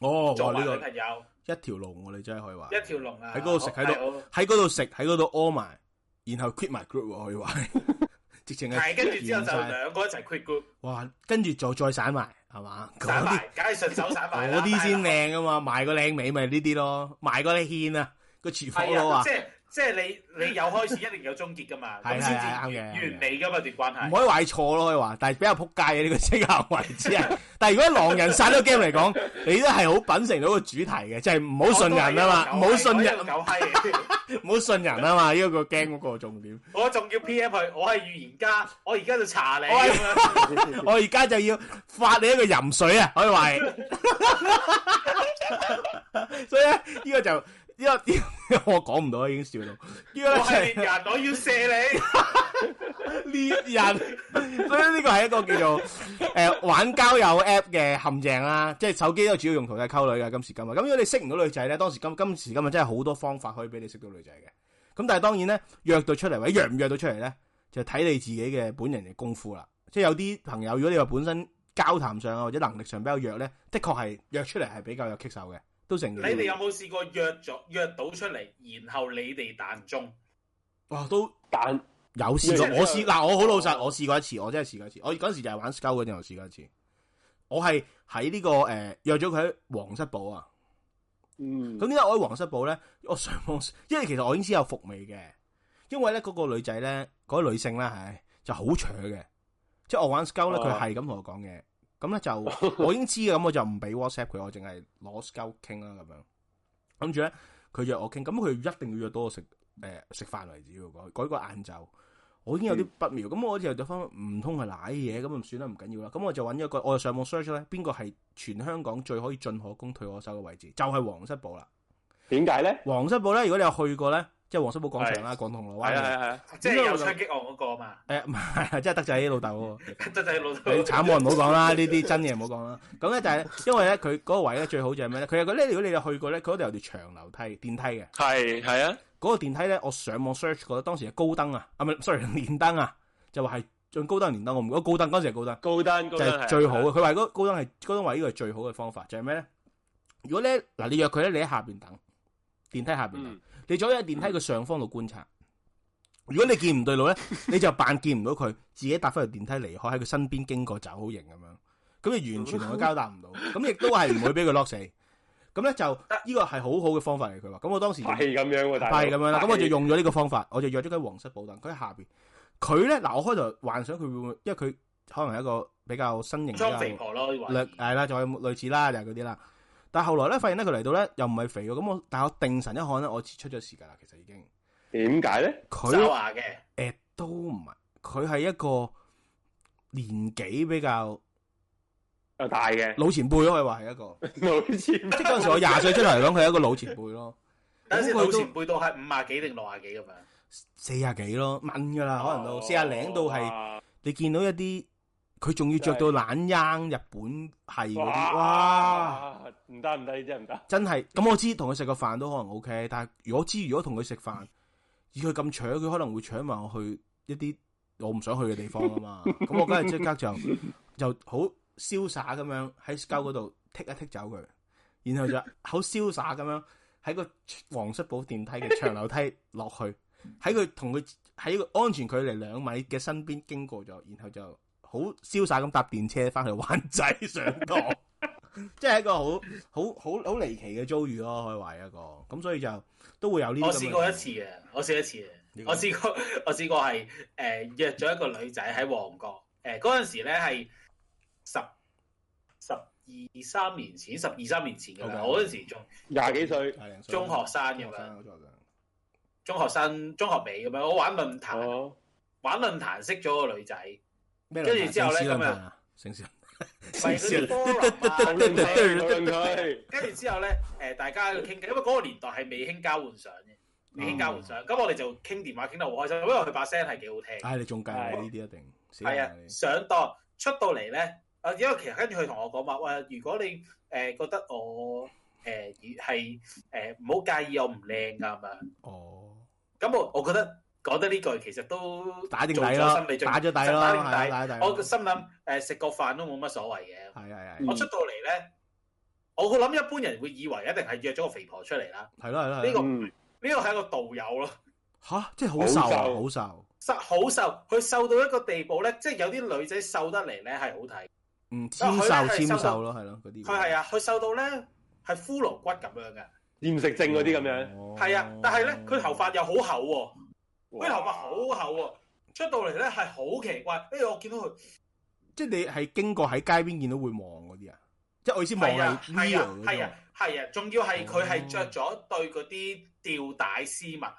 B: 哦，
C: 做
B: 哇
C: 埋
B: 呢
C: 女
B: 個
C: 朋友，
B: 一條龍喎，你真係可以話
C: 一條龍啊！
B: 喺嗰度食
C: 好
B: 喺度
C: 係好
B: 喺嗰度食，喺嗰度屙埋，然後 quit 埋 group 喎，可以話係 直情係
C: 係跟住之後就
B: 完晒
C: 兩個一齊 quit group
B: 哇，跟住就再散埋係嘛？
C: 散
B: 嗰啲
C: 埋，梗係順手散埋
B: 嗰
C: 啦
B: 啲先
C: 大佬
B: 靚啊嘛，賣個靚尾咪呢啲咯，賣個你獻啊個廚房佬
C: 係啊！
B: 啊
C: 即，係即係你你有開始一定有終結噶嘛，
B: 係
C: 啊咁先至
B: 係係啱嘅
C: 完完美噶嘛段關
B: 唔
C: 係。
B: 可以話係錯咯，可以話，但係比較撲街嘅呢個即係行為只係。 但係如果喺狼人殺呢個 game 嚟講，你都係好品成到個主題嘅，就係唔好信人啊嘛，唔好信人
C: 我都係一個。狗閪 嚟
B: 唔好信人啊嘛，呢、個個 game 嗰個重點。
C: 我仲要 PM 佢，我係預言家，我而家就查你
B: 我係
C: 咁樣。
B: 我而家就要發你一個淫水啊，可以話係。 所以咧，呢、個就呢、個我講唔到啊，已經笑到。呢、個
C: 我
B: 咧就係
C: 係獵人，我要射你。
B: 獵人，所以呢個係一個叫做诶、呃玩交友 app 嘅陷阱啦。即係手機都主要用途就係溝女嘅，今時今日。咁如果你識唔到女仔咧，當時今今時今日真係好多方法可以俾你識到女仔嘅。咁但係當然咧，約到出嚟或者約唔約到出嚟咧，就睇你自己嘅本人嘅功夫啦。即係有啲朋友，如果你話本身交談上啊或者能力上比較弱咧，的確係約出嚟係比較有棘手嘅，都承
C: 你
B: 認。
C: 哋有冇試過約咗約到出嚟，然後你哋彈中？
B: 哇都〜
A: 但
B: 有試過，
A: 即係哦
B: 我試嗱，我好老實，我試過一次，我真係試過一次。我嗰陣時就係玩 Scout 嗰陣，我試過一次。我係喺呢個誒、呃、約咗佢喺皇室堡啊。
A: 嗯
B: 咁點解我喺皇室堡咧？我上網，因為其實我已經知有伏味嘅，因為咧嗰、個女仔咧，嗰、個女性咧係就好扯嘅，即係我玩 Scout 咧，佢
A: 哦
B: 係咁同我講嘅。咁咧就我已經知嘅，咁我就唔俾 WhatsApp 佢，我淨係攞 Scout 傾啦咁樣。跟住咧，佢約我傾，咁佢一定要約到我食誒食飯為止喎，嗰嗰個晏晝。我已經有啲不妙，咁我就就翻唔通係賴嘢，咁就算啦，唔緊要啦。咁我就揾咗一個，我就上網 search 咧，邊個係全香港最可以進可攻退可守嘅位置，就係、皇室堡啦。
A: 點解咧？
B: 皇室堡咧，如果你有去過咧，即係皇室堡廣場啦，廣銅鑼
A: 係
B: 灣
A: 啊
B: 嘅，哎
A: 係啊，
C: 即係有槍擊案嗰個嘛，
B: 誒唔係， 即係德仔老豆喎。
C: 真係老
B: 你
C: 豆。
B: 慘案唔好講 啦，呢啲真嘢唔好講啦。咁咧就係因為咧，佢嗰個位咧最好就係咩咧？佢有個咧，如果你有去過咧，佢嗰度有條長樓梯電梯嘅，
A: 係係啊，
B: 嗰、個電梯咧，我上網 search 過，當時係高登 啊，啊唔係 sorry 連登啊，就話係用高登連登，我唔覺得高登嗰陣時係高登，
A: 高單高
B: 就
A: 單啊
B: 係最好嘅。佢話嗰高登係高登話呢個係最好嘅方法，就係咩咧？如果咧嗱，你約佢咧，你喺下邊等電梯下邊等，
A: 嗯
B: 你左右喺電梯嘅上方度觀察。如果你見唔對 路咧，你就扮見唔到佢，自己搭翻條電梯離開，喺佢身邊經過走好型咁樣，咁你完全同佢交搭唔 到，咁亦都係唔會俾佢 lock 死。咁咧就呢個係好好嘅方法嚟，佢話。咁我當時
A: 係咁樣啊喎，大佬
B: 係咁樣啦。咁我就
A: 係
B: 用咗呢個方法，我就約咗佢喺皇室寶等，佢喺下邊。佢咧嗱，我開頭幻想佢會唔會，因為佢可能係一個比較新型比較
C: 裝肥婆咯，你話
B: 略啊係啦，仲有類似啦，就係嗰啲啦。但係後來咧，發現咧佢嚟到咧又唔係肥嘅，咁我但係我定神一看咧，我出咗時間啦，其實已經
A: 點解咧？
B: 佢
C: 爪牙嘅，
B: 誒呃都唔係，佢係一個年紀比較
A: 又哦大嘅，
B: 老前輩咯，可以話係一 個。
A: 冇錢
B: 即係嗰陣時我廿歲出嚟嚟講，佢係一個老前輩咯，
C: 等陣先
B: 咁佢
C: 老
B: 都
C: 前輩到係五廿幾定六廿幾咁樣。
B: 四廿幾咯，問噶啦，啊
C: 哦
B: 可能到四廿零到係。你見到一啲佢仲要着到懶掗日本係嗰啲，哇！
A: 哇！唔得唔得，真係唔得。
B: 真係咁，我知同佢食個飯都可能 O K，但係如果知如果同佢食飯，以佢咁搶，佢可能會搶埋我去一啲我唔想去嘅地方啊嘛。咁我梗係即刻就就好瀟灑咁樣喺溝嗰度剔一剔走佢，然後就好瀟灑咁樣喺個皇室堡電梯嘅長樓梯落去，喺佢同佢喺個安全距離兩米嘅身邊經過咗，然後就好瀟灑咁搭電車翻去灣仔上堂， 即係一個好好好好離奇嘅遭遇咯，可以話係一個咁，所以就都會有呢啲。
C: 我試過一，次啊，我試一次啊
B: 呢，個
C: 我試過 我試過係誒、呃、約咗一個女仔喺旺角，誒嗰陣時咧係十十二三年前，十二三年前㗎啦
B: OK
C: 我嗰陣時仲
A: 廿幾歲，
B: 係零歲
C: 中學生咁
B: 中學
C: 樣，
B: 生嗰種
C: 中學生中學尾咁樣，我玩論 壇，
A: 哦，
C: 玩論壇識咗個女仔，
B: 咩
C: 跟住
B: 論壇
C: 之後呢
B: 城市論
C: 咁啊
B: 壇啊城市
C: 咪嗰啲 forum 啊
A: 討論佢，討論佢，
C: 跟住之後咧，誒、大家喺度傾偈，因為嗰個年代係未興交換相嘅，未興交換相，咁、我哋就傾電話傾得好開心，因為佢把聲係幾好聽。
B: 唉，你中計啊！呢啲一定死人
C: 係
B: 啊
C: 啊！
B: 你！
C: 上當出到嚟咧，啊，因為其實跟住佢同我講話，喂，如果你誒、呃、覺得我誒係誒唔好介意我唔靚噶咁樣，
B: 哦，
C: 咁我我覺得講得呢句其實都
B: 打定底
C: 做咗
B: 咯
C: 心理，準
B: 打咗底咯，
C: 打
B: 係
C: 定
B: 啊
C: 底
B: 打底咯。
C: 我心諗誒食個飯都冇乜所謂嘅。
B: 係係
A: 嗯
B: 係
C: 我哦出到嚟咧，我諗一般人會以為一定係約咗個肥婆出嚟啦，
B: 係咯係咯係
C: 呢
B: 咯。
C: 個
A: 嗯，
C: 呢個係一個導友咯。
B: 吓，即係好瘦啊，
A: 好瘦
B: 好瘦。
C: 瘦好瘦，佢瘦到一個地步咧，即係有啲女仔瘦得嚟咧係好睇，
B: 嗯，纤
C: 佢
B: 瘦
C: 咧係
B: 纤
C: 瘦到
B: 瘦咯，係咯嗰啲。
C: 佢係啊，佢瘦到咧係骷髏骨咁樣嘅。
A: 厭食症嗰啲咁樣，
B: 樣
C: 係啊，但係咧佢頭髮又好厚喎、佢
A: 哇
C: 頭髮好厚喎、出到嚟咧係好奇怪。跟住我見到佢
B: 即係你係經過喺街邊見到會望嗰啲啊，即係我意思望
C: 係啊
B: 係
C: 係
B: real
C: 啊
B: 嗰
C: 係
B: 啲啊。
C: 啊係啊，仲要係佢係着咗對嗰啲吊帶絲襪啊，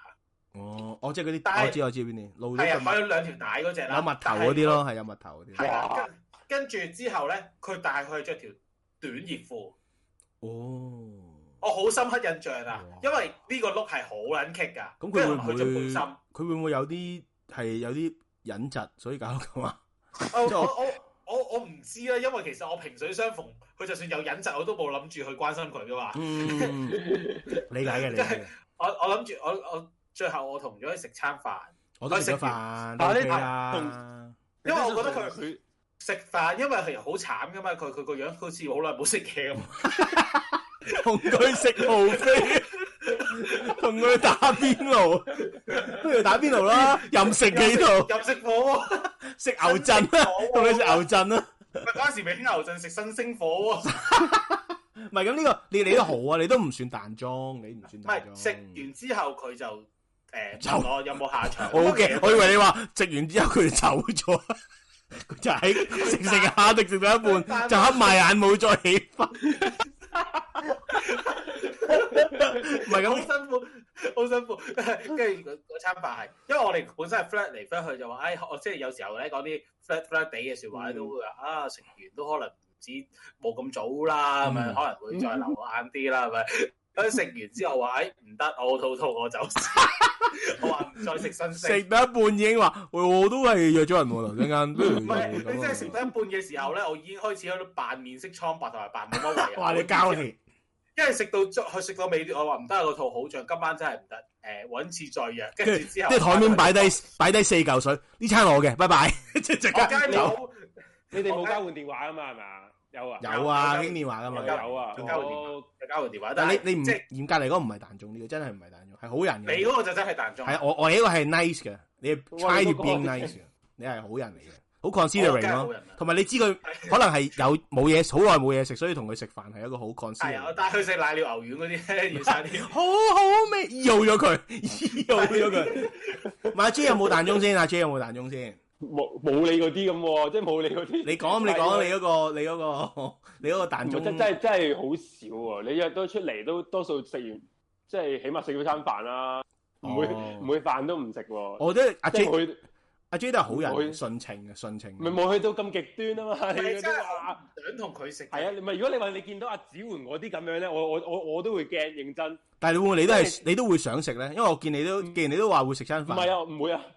B: 哦，哦，即係嗰
C: 但
B: 啲
C: 係
B: 我知我知邊啲，露
C: 係
B: 咗
C: 啊，
B: 個
C: 佢
B: 物
C: 有兩條帶嗰只啦，
B: 有蜜頭嗰啲咯，係有蜜頭嗰
C: 但係佢。
B: 啲。
C: 係啊，
A: 哇
C: 跟跟住之後咧，佢但係佢係着條短熱褲，
B: 哦，
C: 我好深刻印象啊
B: 哇，
C: 因為呢個碌係好撚棘㗎，
B: 咁佢
C: 跟
B: 會唔會
C: 住同埋佢着背心。
B: 佢會唔會有啲係有啲隱疾，所以搞到咁啊？
C: 我
B: 即係我
C: 我我我我唔知啊啦，因為其實我萍水相逢，佢就算有隱疾，我都冇諗住去關心佢噶嘛。
B: 嗯， 理解嘅理解嘅。
C: 我我諗住我我最後我同咗佢食餐飯，
B: 我都食咗飯，
A: 但係
B: 你
A: 呢
B: 啊，
C: 因為我覺得佢
A: 佢
C: 食飯，因為佢好慘噶嘛，佢佢個樣好似好耐冇食嘢咁。
B: 同佢食無非，同佢打邊爐，不如打邊爐啦，任食幾度，
C: 又食火鍋，
B: 食牛震啦，同你食牛啊震啦。
C: 咪嗰陣時未興牛陣食新星火鍋，
B: 唔係咁呢個，你你都好啊，你都唔算淡妝，你唔算
C: 唔
B: 淡
C: 係
B: 妝。
C: 食完之後佢就誒
B: 走
C: 問我有冇下 場。
B: 好嘅，我以為你話食完之後佢就走咗， 佢就喺食食下，定食到一半就黑埋眼冇再 起翻。唔係
C: 好
B: 咁，
C: 辛苦， 好辛苦。跟住嗰餐飯係，因為我哋本身係 flat 嚟 flat 去就話，唉、我即係有時候咧講啲 flat flat 地嘅説話都會
B: 嗯
C: 話啊，食完都可能唔止冇咁早啦，咁樣、
B: 嗯
C: 可能會再留晏啲啦，係咪？咁食完之後話，唉、唔得，我肚痛，我走 先。我話唔再食新式。
B: 食到一半已經話，喂我都係約咗人喎，頭先間。
C: 唔
B: 唔
C: 係，你真係食到一半嘅時候咧，我已經開始喺度扮面色蒼白同埋扮冇乜胃啊口。
B: 哇！你交氣，
C: 因為食到去食到尾段，我話唔得，個肚好脹，今晚真係唔得。誒，揾次再約，跟住之後
B: 即係台面擺低擺低四嚿水，呢餐我嘅，拜拜， 即係即
C: 我街
B: 刻走。
C: 冇，
A: 你哋冇交換電話啊嘛？係嘛？有啊，
B: 有啊，
C: 有
B: 傾電話噶嘛。
C: 有
A: 有啊，
C: 有交換電話
A: 我
C: 就交換電話。
B: 但
C: 但
B: 係
C: 係
B: 你你唔
C: 即係
B: 嚴格嚟講唔係彈中呢個，真係唔係彈中，係好人
C: 你
B: 嘅。
C: 嗰個就真係彈中。
B: 係啊我我呢個係 nice 嘅，你係
A: 哇
B: try to
A: 你嗰個
B: being nice 嘅，你係好人嚟嘅，好
C: 我梗
B: considering
C: 係好
B: 咯。
C: 人啦。
B: 同埋你知 佢可能係有冇嘢，好耐冇嘢食，所以同佢食飯係一 個好
C: 係啊，我
B: considering。
C: 帶佢食奶尿牛丸嗰啲 咧，要晒啲。
B: 好好味，要咗佢， 要咗佢。唔係阿 J 有冇彈鐘先？阿 J 有冇彈鐘先？
A: 冇冇你嗰啲咁喎，即係冇你嗰啲。
B: 你講你講你嗰個你嗰個 你嗰個彈
A: 唔係真
B: 鐘
A: 真係真係好少喎！你約到出嚟都多數食完，即係起碼食咗餐飯啦，唔會
B: 哦
A: 唔會飯都唔食喎。
B: 我覺得阿
A: 即係
B: J
A: 冇去，
B: 阿 J 都係好
A: 我
B: 人，純情嘅純情。
A: 咪冇去到咁極端啊嘛！
C: 唔
A: 你
C: 係真
A: 嗰啲
C: 係
A: 話
C: 我唔想同佢食。
A: 係啊，，你咪如果你話你見到阿子桓嗰啲咁樣咧，我我我我都會驚認真。唔
B: 但係你會唔會你都係
A: 即
B: 你都會想食咧？因為我見你都既然你都話會食餐飯，
A: 係啊，唔會啊，嗯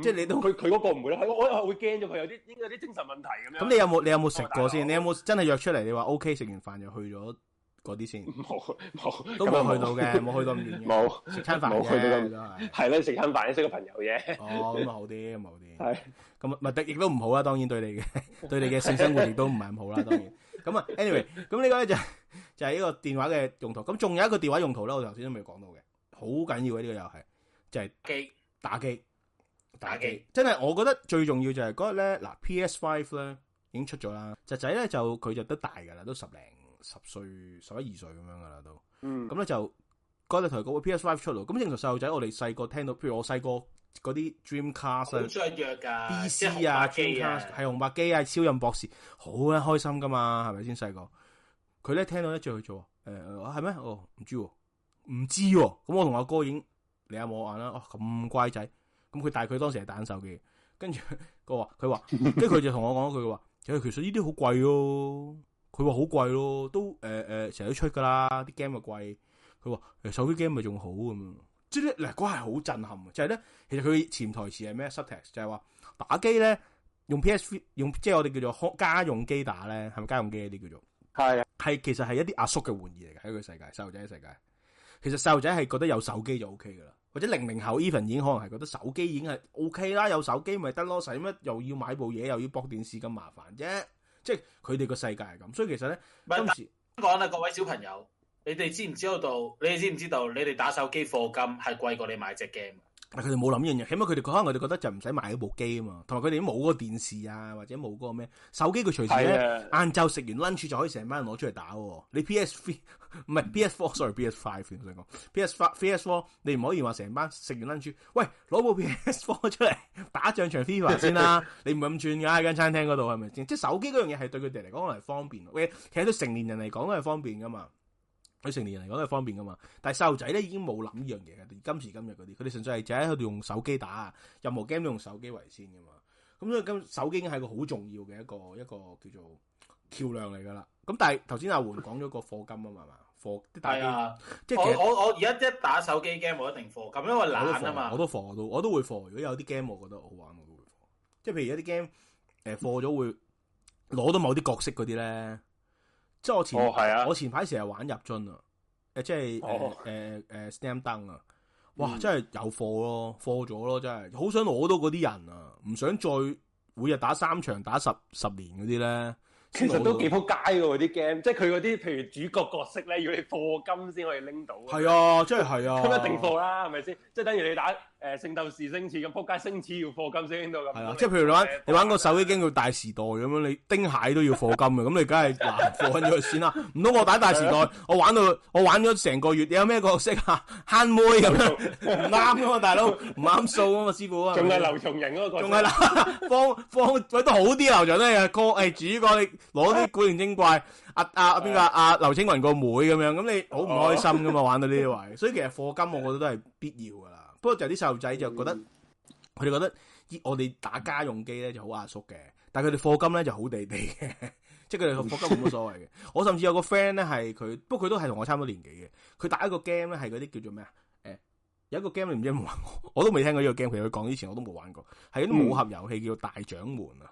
B: 即係你都
A: 佢佢嗰個唔會啦，我我我會驚咗佢有啲應該有啲精神問題咁樣。
B: 咁你有冇你有冇食過
A: 哦
B: 先？你
A: 大
B: 有
A: 佬
B: 冇真係約出嚟？你話 O K 食完飯就去咗嗰啲先，
A: 冇冇
B: 都
A: 咁啊
B: 冇去到嘅，冇去到咁遠嘅，
A: 冇
B: 食餐飯
A: 冇去到
B: 啫
A: 咁
B: 都係。
A: 係啦，食餐飯識個朋友啫。
B: 哦，咁啊好啲，咁啊好啲。
A: 係
B: 咁啊，唔係亦都唔好啦，當然對你嘅 對你嘅性生活亦都唔係咁好啦，當然。咁啊，anyway，咁呢個咧就就係呢個電話嘅用途。咁仲有一個電話用途咧，我頭先都未講到嘅，好緊要嘅呢個又係就係、
C: 機
B: 打機，
C: 打機
B: 真係我覺得最重要就係嗰日咧，嗱 PS Five 咧已經出咗啦，侄仔咧就佢就都大㗎啦，都十零十歲、十一二歲咁樣㗎啦都。
A: 嗯
B: 咁咧就嗰日同佢講 PS Five 出咯，咁正常細路仔我哋細個聽到，譬如我細個嗰啲 Dreamcast 啊
C: 好想約㗎。即係
B: B.C.
C: 紅
B: 啊
C: 白機啊
B: ，Dreamcast 係紅白機啊，超任博士好啦，開心噶嘛，係咪
C: 啊
B: 先細個？佢咧聽到咧最去做，誒誒係咩？哦，唔知喎，唔知喎。咁我同阿哥已經你有冇我眼啦，哦咁乖仔，咁佢但係佢當時係打緊手機，跟住佢話佢話，跟住佢就同我講一句佢話，誒其實呢啲好貴咯，佢話好貴咯，都誒誒成日都出噶啦，啲 game 又貴，佢話誒手機 game 咪仲好咁樣，即係咧嗱嗰係好震撼嘅，就係咧其實佢潛台詞係咩 subtext 就係話。打機咧用 PS 用即係我哋叫做康家用機打咧，係咪家用機呢啲叫做？
A: 係啊，
B: 係其實係一啲阿叔嘅玩意嚟嘅喺佢世界，細路仔嘅世界。其實細路仔係覺得有手機就 O K 噶啦，或者零零後 even 已經可能係覺得手機已經係 O K 啦，有手機咪得咯，使乜又要買部嘢又要駁電視咁麻煩啫？即係佢哋個世界係咁，所以其實咧
C: 唔
B: 今
C: 係
B: 時
C: 講啦，各位小朋友，你哋知唔知道到？你哋知唔知道？你哋打手機課金係貴過你買只 game。
B: 但佢哋冇諗呢樣嘢，起碼佢哋可能佢哋覺得就唔使買嗰部機啊嘛，同埋佢哋都冇嗰個電視啊，或者冇嗰個咩手機，佢隨時咧
A: 係。啊。
B: 晏晝食完 lunch 就可以成班人攞出嚟打喎。你 PS three 唔係 PS four sorry PS five 我想講 PS five PS four 你唔可以話成班食完 lunch 喂攞部 PS four 出嚟打仗場 FIFA 先啦，你唔係咁轉㗎喺間餐廳嗰度係咪先？即係手機嗰樣嘢係對佢哋嚟講可能係方便，喂，其實對成年人嚟講都係方便㗎嘛。對成年人嚟講都係方便㗎嘛，但係細路仔咧已經冇諗呢樣嘢嘅，今時今日嗰啲，佢哋純粹係就喺度用手機打啊，任何 game 都用手機為先㗎嘛。咁所以今手機已經係一個好重要嘅一個一個叫做橋梁嚟噶啦。咁但係頭先阿媛講咗個課金啊嘛，係嘛課啲大
C: 係
B: 機，
C: 啊，
B: 即
C: 我
B: 係其實
C: 我我而家一打手機 game 我一定課金，因為
B: 我都
C: 懶啊
B: 課，
C: 嘛
B: 我。都課我都我都會課。如果有啲 game 我覺得好玩，我都會課。即係譬如有啲 game 誒課咗會攞到某啲角色嗰啲咧，即係我前、
A: 哦，係啊，
B: 我前排成日玩入樽啊，誒即係誒
A: 哦
B: 誒誒 Slam Dunk 啊，哇！
A: 嗯
B: 真係有貨咯，貨咗咯，真係好想攞到嗰啲人啊，唔想再每日打三場打十十年嗰啲咧。
A: 其
B: 先攞
A: 實
B: 到
A: 都幾撲街喎啲 game，即係佢嗰啲譬如主角角色咧，要你課金先可以拎到。
B: 係啊，真係係啊，
A: 咁一定貨啦，係咪先？即係等於你打诶聖鬥士星矢咁，仆街星矢要課金先到咁。
B: 系啦，即係譬如你玩你玩個手機 game 叫大時代咁樣，你丁蟹都要課金嘅，咁你梗係難課咗佢先啦。 唔通我打大時代，我玩到我玩咗成個月，你有咩角色啊？慳妹咁樣唔啱噶嘛，大佬唔啱數啊嘛，師傅啊。
A: 仲係劉松仁嗰個角色
B: 仲係啦，放放喂都好啲劉翔咧，哥誒主角你攞啲古靈精怪，阿阿邊個啊阿劉青雲個妹咁樣，咁你好唔開心 噶嘛？玩到呢啲位，所以其實課金我覺得都係必要噶啦。不過就啲細路仔就覺得佢哋覺得咦我哋打家用機咧就好阿叔嘅，但係佢哋課金咧就好地地嘅。 即係佢哋課金冇乜所謂 嘅，我甚至有個 friend 咧係佢，不過佢都係同我差唔多年紀嘅。佢打一個 game 咧係嗰啲叫做咩啊？誒有一個 game 你唔知有冇玩過， 我都未聽過呢個 game。其實佢講之前我都冇玩
A: 嗯
B: 過，係啲武俠遊戲叫做大掌門啊。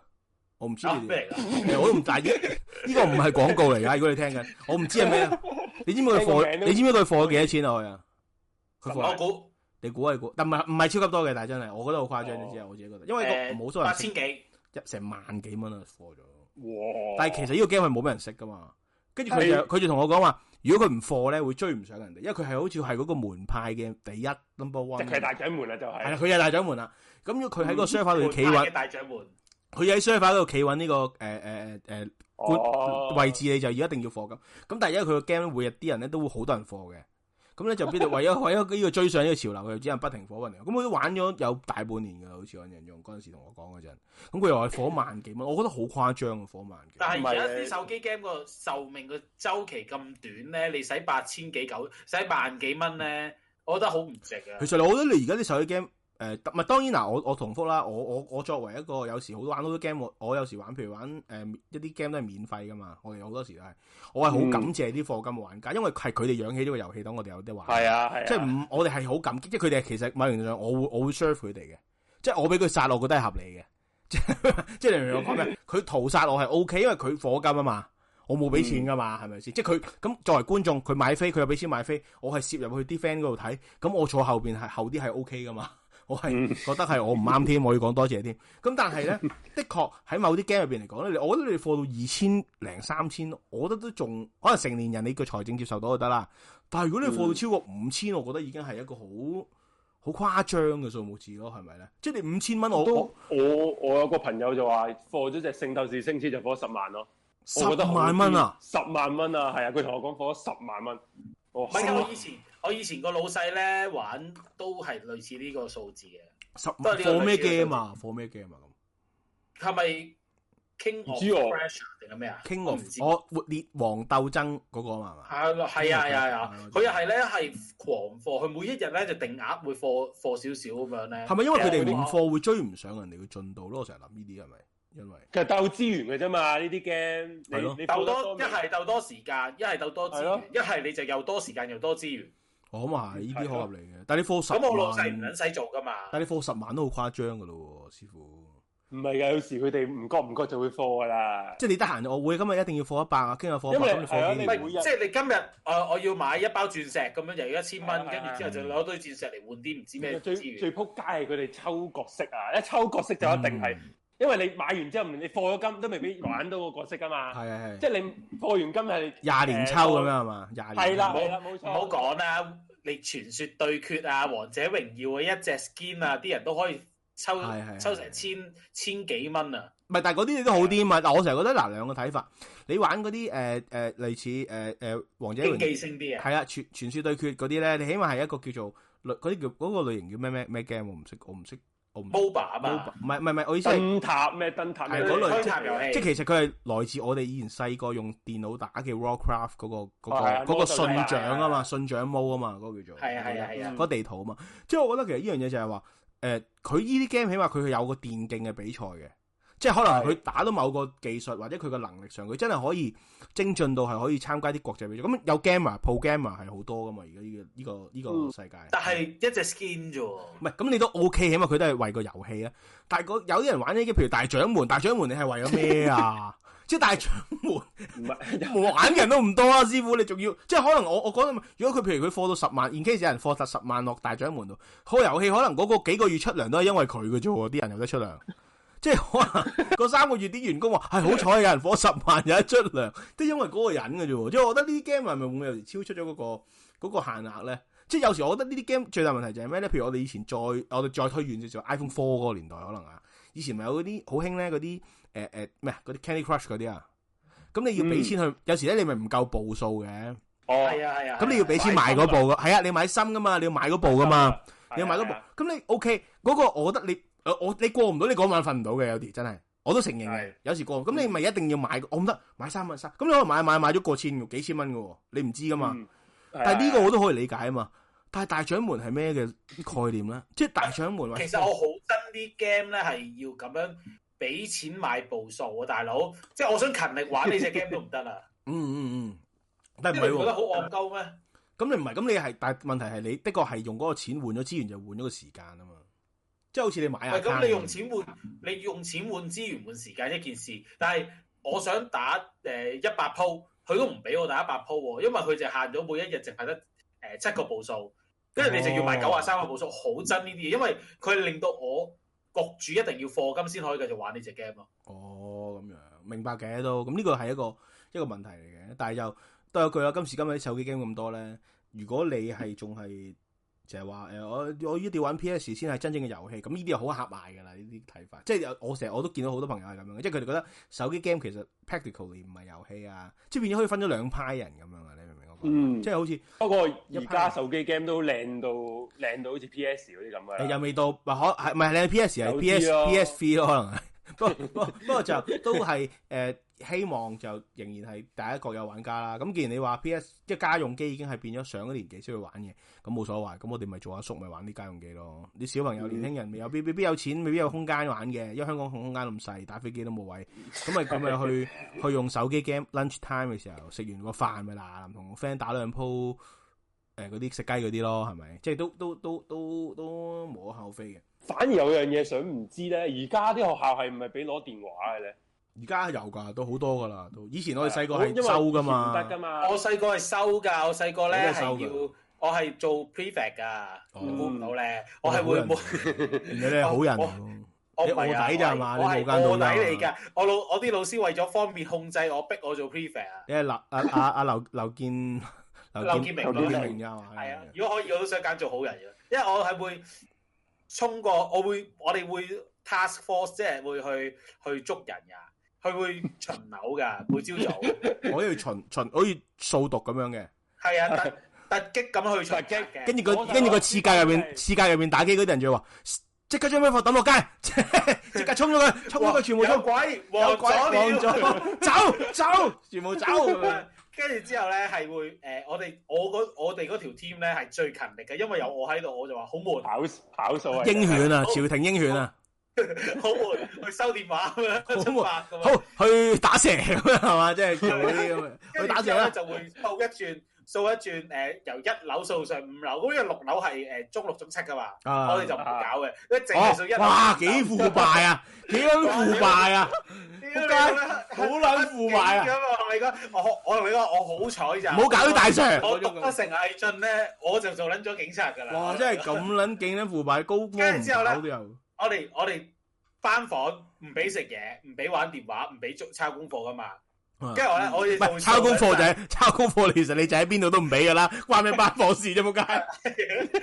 B: 我唔知
C: 啊
B: 你哋，
C: 咩嚟㗎？
B: 誒我都唔大 知。呢個唔係廣告嚟㗎，如果你聽緊，我唔知係咩啊。你知唔知佢
A: 聽個名
B: 貨？
A: 都
B: 你知唔知佢貨咗幾多錢啊？佢啊，佢
C: 我
B: 貨
C: 估
B: 你估啊你估，但唔係唔係超級多嘅，但係真係我覺得好誇張。
A: 哦
B: 你知啊，我自己覺得，因為個冇
C: 誒
B: 所謂
C: 八千幾，
B: 一成萬幾蚊啊，貨咗。
A: 哦哇！
B: 但係其實呢個 game 係冇咩人識噶嘛。跟住佢
A: 係
B: 就佢就同我講話，如果佢唔貨咧，會追唔上人哋，因為佢係好似係嗰個門派嘅第一 number
A: 即
B: one。啊
A: 係佢大掌門啦，就
B: 係啦，
A: 係
B: 佢就大掌門啦。咁如果佢喺個 server 度企
C: 門派
B: 穩
C: 嘅，大掌門，
B: 佢喺 server 度企穩呢個誒誒誒
A: 哦
B: 官位置，你就要一定要貨咁。咁但係因為佢個 game 每日啲人咧都會好多人貨嘅，咁咧就必定為咗為咗呢個追上呢個潮流，佢就只能不停貨運嚟。咁佢都玩咗有大半年㗎啦，好似我印象嗰陣時同我講嗰陣。咁佢又係火萬幾蚊，我覺得好誇張啊，火萬幾。
C: 但係而家
A: 唔係
C: 啲手機 game 個壽命個周期咁短咧，你使八千幾九，使萬幾蚊咧，我覺得好唔值啊
B: 其！實我覺得你而家啲手機 game 誒，唔係當然嗱，我我重複啦，我我我作為一個有時好玩好多 game，我我有時玩譬如玩誒、呃一啲 game 都係免費噶嘛，我哋好多時都係，我係好感謝啲課金嘅玩家，因為係佢哋養起呢個遊戲，等我哋有得玩。
A: 係啊係啊，
B: 即係唔，我哋係好感激，即係佢哋其實某程度上，我會我會 serve 佢哋嘅，即係我俾佢殺，我覺得係合理嘅， 即係即係你明唔明我講 咩？佢屠殺我係 O K，因為佢火金啊嘛，我冇俾錢噶
A: 嗯
B: 嘛，係咪先？即係佢咁作為觀眾，佢買飛，佢又俾錢買飛，我係攝入去啲 friend 嗰度睇，咁我坐後邊係後啲係 O K 噶嘛。我
A: 嗯
B: 係覺得係我唔啱添，我要講多謝添。咁但係咧， 的確喺某啲 game 入邊嚟講咧，你我覺得你哋貨到二千零三千，我覺得都仲可能成年人你個財政接受到就得啦。但係如果你
C: 嗯
B: 貨到超過五千，我覺得已經係一個好好誇張嘅數目字咯，係咪咧？即係你五千蚊，我
A: 都
B: 我
A: 我我有個朋友就話貨咗隻聖鬥士星矢就貨十萬咯，
B: 十
A: 我覺得好
B: 萬蚊啊！
A: 癲，十萬蚊啊，係啊，佢同我講貨咗十萬蚊，我
C: 唔係㗎，我
A: 係
C: 以前我以前個老細咧玩都係類似呢個數字嘅，
B: 十
C: 都係呢個
B: 貨咩
C: 類似嘅
B: game 啊？貨咩 game 啊？
C: 係咪 King of
A: 知喎
C: Pressure 定係咩啊
B: 咁 King
C: 我
B: of
C: 唔知
B: 我活烈王鬥爭嗰個啊嘛係嘛？
C: 係咯，係啊，係啊，係啊
B: King of Pressure，
C: 佢又係咧係狂貨，佢每一日咧就定額會貨貨少少咁樣咧。
B: 係咪因為佢哋
C: 係
B: 唔
C: 啊
B: 貨會追唔上人哋嘅進度咯？我成日諗呢啲係咪？因為
A: 其實鬥資源嘅啫嘛，呢啲
B: 係
A: game
B: 咯
A: 你你
C: 鬥多
A: 貨
C: 一
A: 得咪
C: 係鬥多時間，一係鬥多資
A: 係咯
C: 源，一係你就又多時間又多資源。
B: 我咁啊係，呢啲
A: 係啊
B: 好合理嘅。但係你貨十
C: 咁我老細唔
B: 萬，
C: 撚使做噶嘛。
B: 但係你貨十萬都好誇張噶咯喎，師傅。
A: 唔係㗎，有時佢哋唔覺唔覺就會貨㗎啦。
B: 即係你得閒，我會今日一定要貨一百啊，今日貨一
A: 因
B: 百，
A: 為
B: 咁你
A: 係啊
B: 貨幾
C: 唔
B: 年
A: 你每
C: 係，
A: 日
C: 即係你今日誒我要買一包鑽石咁樣，又要一千
A: 係啊
C: 蚊，跟住之後就攞堆鑽石嚟換啲唔知咩
A: 最
C: 資源
A: 最。撲街係佢哋抽角色啊！一抽角色就一定係，
B: 嗯
A: 因為你買完之後你貨咗金都未必玩到個角色㗎嘛。
B: 係係
A: 即
B: 係
A: 係你貨完金係
B: 廿年抽咁樣係嘛？廿年
A: 係啦
C: 冇
A: 係啦，冇
C: 唔
A: 錯。
C: 好講啦，你傳說對決啊、王者榮耀啊、一隻 skin 啊，啲人都可以抽
B: 係係係
C: 抽成千千幾蚊啊！
B: 唔係，但係嗰啲你都好啲嘛。嗱，我成日覺得嗱兩個睇法，你玩嗰啲誒誒類似誒誒王者榮
C: 經
B: 耀
C: 濟性啲啊，
B: 係啊，傳傳説對決嗰啲咧，你起碼係一個叫做類嗰啲叫嗰個類型叫咩咩咩 game，我唔識，我唔識，我唔
C: MOBA 啊嘛，
B: 唔係唔係唔係，我意思係。
A: 燈塔咩燈塔咩
B: 係嗰類
C: 推塔遊
B: 即係
C: 戲，
B: 其實佢係來自我哋以前細個用電腦打嘅 Warcraft 嗰、個
A: 哦係
B: 嗰、個
A: 啊
B: 嗰個
A: 魔獸
B: 信
A: 世界
B: 長啊
A: 係
B: 嘛，
A: 啊
B: 信長毛啊嘛，嗰、個叫做
C: 係啊係啊係啊
B: 嗰個地圖啊嘛。即係我覺得其實呢樣嘢就係話，誒佢呢啲 game 起碼佢係有個電競嘅比賽嘅，即係可能佢打到某個技術或者佢個能力上，佢真係可以精進到係可以參加啲國際比賽。咁有 gamer、pro gamer 係好多噶嘛，而家呢個呢、個呢、
A: 嗯
B: 個世界。
C: 但係一隻 skin 啫喎。
B: 唔係，咁你都 O K，起碼佢都係為個遊戲啊。但係嗰有啲人玩呢啲，譬如大掌門，大掌門你係為咗咩啊？即係大掌門
A: 唔係
B: 玩嘅人都唔多啊，師傅你仲要即係可能我我覺得，如果佢譬如佢貨到十萬，in case 有人貨達十萬落大掌門度，個遊戲可能嗰個幾個月出糧都係因為佢嘅啫喎，啲人有得出糧。 即係可能 嗰三個月啲員工話係好彩有人貨十萬有得出糧，都因為嗰個人嘅啫喎。即係我覺得呢啲 game 係咪會有時超出咗嗰、個嗰、個限額咧？即係有時我覺得呢啲 game 最大問題就係咩咧？譬如我哋以前再我哋再推遠少少 iPhone Four 嗰個年代可能啊，以前咪有嗰啲好興咧嗰啲誒誒咩啊嗰啲 Candy Crush 嗰啲啊，咁你要
A: 嗯
B: 俾錢去，有時咧你咪唔夠步數嘅，
A: 哦，
C: 係啊係啊，
B: 咁你要俾錢買嗰部噶，係啊，你買新噶嘛，你要買嗰部噶啊嘛。你買嗰
A: 係啊
B: 部，咁你 OK 嗰個，我覺得你呃我你過唔到，你嗰晚瞓唔到嘅有啲真係，我都承認嘅
A: 係。嗯
B: 有時過，咁你咪一定要買，我唔得買三萬三，咁你可能買買買咗過千喎幾千蚊嘅喎，你唔知噶嘛。
A: 嗯
B: 但係呢個我都可以理解啊嘛。但係大獎門係咩嘅概念咧？即係大獎門，喂
C: 其實我好憎啲 game 咧係要咁樣俾錢買步數啊，大佬！即係我想勤力玩呢只 game 都唔得啊！
B: 嗯嗯嗯，但
C: 即
B: 係
C: 係 你
B: 唔
C: 唔
B: 係喎
C: 覺得。好戇鳩咩？
B: 咁你唔係，咁你係，但係問題係你的確係用嗰個錢換咗資源，就換咗個時間啊嘛。即係好似你買
C: 喂，
B: 啊，
C: 咁你用錢換，你用錢換資源換時間一件事，但係我想打誒一百鋪，佢都唔俾我打一百鋪喎，因為佢就限咗每一日淨係得誒七個步數，跟住你就要
B: 哦
C: 買九啊三個步數，好憎呢啲嘢，因為佢令到我焗住一定要課金先可以繼續玩呢只 game 啊咯。
B: 哦，咁樣明白嘅都，咁呢個係一個一個問題嚟嘅，但係又都有句啦，今時今日啲手機 game 咁多咧，如果你係仲係就係話誒，我我一定要玩 PS 先係真正嘅遊戲，咁呢啲又好狹隘㗎啦，呢啲睇法，即係有我成日我都見到好多朋友係咁樣嘅，即係佢哋覺得手機 game 其實 practically 唔係遊戲啊，即係變咗可以分咗兩派人咁樣啊，你明唔明我講？
A: 嗯
B: 即係好似
A: 不過
B: 一
A: 而
B: 派
A: 家手機 game 都靚到靚到好似 PS 嗰啲咁嘅
B: 誒
A: 啦，
B: 又未到，或可係唔係你 PS 係
A: 有啲
B: PS
A: 咯
B: PS V 咯，可能係。 不過不過不過就都係誒、呃希望就仍然係第一個有玩家啦。咁既然你話 PS 即係家用機已經係變咗上咗年紀先去玩嘅，咁冇所謂。咁我哋咪做阿叔咪玩啲家用機咯。啲小朋友、
A: 嗯
B: 年輕人未有未未必有錢，未必有空間玩嘅，因為香港空間咁細，打飛機都冇位。咁 咪咁咪去去用手機 game lunch time 嘅時候，食完個飯咪嗱，同個 friend 打兩鋪。誒嗰啲食雞嗰啲咯，係咪？即係都都都都都無可厚非嘅。
A: 反而有樣嘢想唔知咧，而家啲學校係唔係俾攞電話嘅咧？
B: 而家有㗎，都好多㗎啦。都以前我哋細個係
A: 因為
B: 收㗎
A: 以前唔
B: 嘛
A: 得，㗎嘛。
C: 我細個係收㗎，我細個
B: 我
C: 咧
B: 都係收
C: 係
B: 㗎
C: 要。我係做 prefect 㗎，
B: 哦
C: 你估唔到咧，我係會
B: 冇
C: 冇。
B: 你係好人嚟㗎。
C: 我
B: 你
C: 唔係啊
B: 臥底咋嘛
C: 我係
B: 你冇間
C: 我
B: 到啊
C: 係臥底嚟㗎。我老我啲老師為咗方便控制我，逼我做 prefect 啊。
B: 你係劉阿阿阿劉劉建
C: 劉建明
B: 劉建明
C: 係啊
B: 㗎，
C: 如果可以，我都想揀做好人嘅，因為我係會衝過，我會我哋會 task force，即係會去去捉人㗎，佢會巡樓 㗎，每朝早。
B: 係我要巡巡，我要掃毒咁樣嘅。
C: 係啊，突突擊咁 去巡
A: 突擊
C: 嘅。
B: 跟住個
A: 我就
B: 跟住個
A: 我
B: 次界入
A: 我
B: 邊，
A: 係
B: 次界入邊打機嗰啲人就話：即刻將咩貨抌落街， 即即刻衝咗佢，衝咗佢全部
C: 有
B: 衝，
C: 鬼，
B: 有
C: 望
B: 鬼
C: 咗
B: 望
C: 了。
B: 咗，走走，全部走咁樣。
C: 跟住之後咧 係會誒、呃我哋我嗰我哋嗰條 team 咧係最勤力嘅，因為有我喺度，我就話好 悶，
A: 跑跑數啊！
B: 英犬啊，朝廷英犬啊，
C: 好悶，去收電話咁
B: 好
C: 樣出發咁樣。
B: 好去打蛇咁樣係嘛，即係做嗰啲咁 樣去
C: 跟
B: 打
C: 住之
B: 蛇
C: 後咧
B: 啦。
C: 就會掃一轉，掃一轉誒、呃由一樓掃上五樓，咁因為六樓係誒、呃中六中七噶嘛，
B: 啊
C: 我哋就唔會搞嘅，一淨係掃一
B: 哦，
C: 樓。
B: 哇，幾腐敗啊，幾咁腐敗啊，
C: 屌
B: 仆
C: 你
B: 街
C: 老味
B: 好撚腐敗
C: 咁
B: 啊！
C: 啊！我同你講，我我同你講，我好彩
B: 唔
C: 咋，
B: 好搞啲大蛇。
C: 我讀得成毅進咧，我就做撚咗警察㗎啦。
B: 哇，真係咁撚勁撚腐敗，高
C: 跟住之後
B: 科唔
C: 呢
B: 搞都有。
C: 我哋我哋班房唔俾食嘢，唔俾玩電話，唔俾做抄功課噶嘛。
B: 啊
C: 跟住我咧，我
B: 唔
C: 哋就
B: 係
C: 會
B: 抄功課
C: 做
B: 就係抄功課，其實你就喺邊度都唔俾噶啦，關咩班房事啫，仆街。
C: 即即係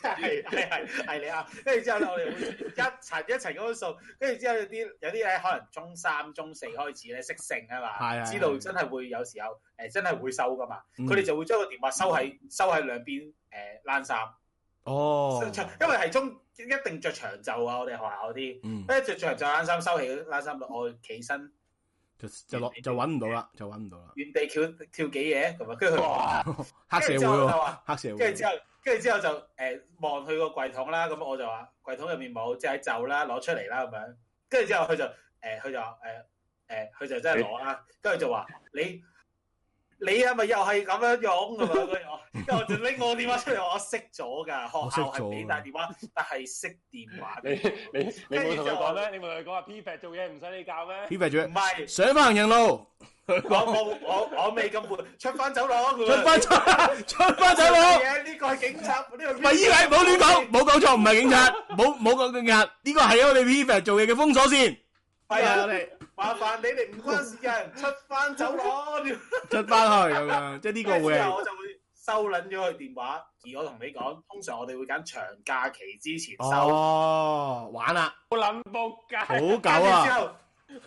C: 係係係你啱。跟住之後咧，我哋會一層一層咁樣數，跟住之後有啲有啲咧，可能中三、中四開始咧識性啊
B: 係
C: 嘛，
B: 係嗯
C: 知道
B: 係
C: 真係會有時候誒真係會收噶嘛， 佢哋就會將個電話收喺收喺兩邊誒冷衫，
B: 哦，
C: 因為係中一定着長袖啊，我哋學校嗰啲。
B: 嗯，
C: 一着長袖冷衫收起冷衫，我企身
B: 就就落就揾唔到啦，就揾唔到啦。
C: 原地跳跳幾嘢咁啊，跟住佢。
A: 哇！
B: 哦黑社會
C: 跟住之後我就
B: 喎，
C: 話，
B: 黑社會。
C: 跟住之後，跟住之後就誒望佢個櫃桶啦，咁我就話櫃桶入面冇，即係喺就啦，攞出嚟啦咁樣。跟住之後佢就誒，佢就話誒誒，佢就真係攞啦，跟住就話你。你係咪又係咁樣用咁樣？跟住我，跟住我就拎我電話出嚟，我熄咗㗎。學校係俾帶電話，但係熄電話。
A: 你你你冇同佢講咩？你冇同佢講話 P 做嘢唔使你教咩？
B: P 肥
C: 唔係，
B: 上翻行人路，
C: 我我我我未咁悶，出翻走廊咁
B: 出
C: 樣。
B: 翻出出翻走佬，
C: 嘢呢個係警察，呢個
B: 唔係依個係冇亂 講，冇講錯，唔係警察，冇冇講警察，呢個係我哋 P 肥做嘢嘅封鎖線。
C: 係
B: 係
C: 啊
B: 我，哋
C: 麻煩你哋唔關事嘅，出翻走廊。
B: 出翻去咁樣，即係呢
C: 呢
B: 個會
C: 之後
B: 係
C: 我就會收收撚咗佢電話，而我同你講，通常我哋會揀長假期之前
B: Ờ,
C: 收，
B: 哦，玩 啦，
A: 好撚仆街，
B: 好狗
C: 跟住之
B: 啊！
C: 後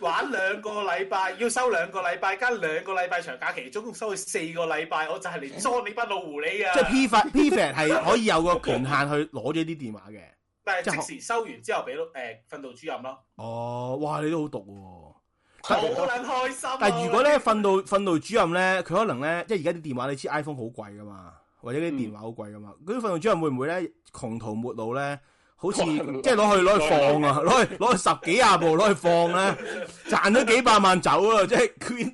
C: 玩兩個禮拜，要收兩個禮拜，加兩個禮拜長假期，總共收佢四個禮拜，我就係嚟裝你班老狐狸
B: 即係
C: 啊！
B: P 法 P 法係可以有個權限去攞咗啲電話嘅。
C: 但
B: 即係
C: 係即時收完之後俾誒訓導主任咯，
B: 哦，哇，你都好毒喎！
C: 好
B: 但
C: 撚開心啊。
B: 但係如果咧訓導訓導主任咧，佢可能咧，即係而家啲電話你知 iPhone 好貴噶嘛，或者啲電話好貴噶嘛，嗰啲訓導主任會唔會咧窮途末路咧？好 似即係攞去攞去放啊，攞去攞去十幾廿部攞去放咧，賺咗幾百萬走啊！即係 佢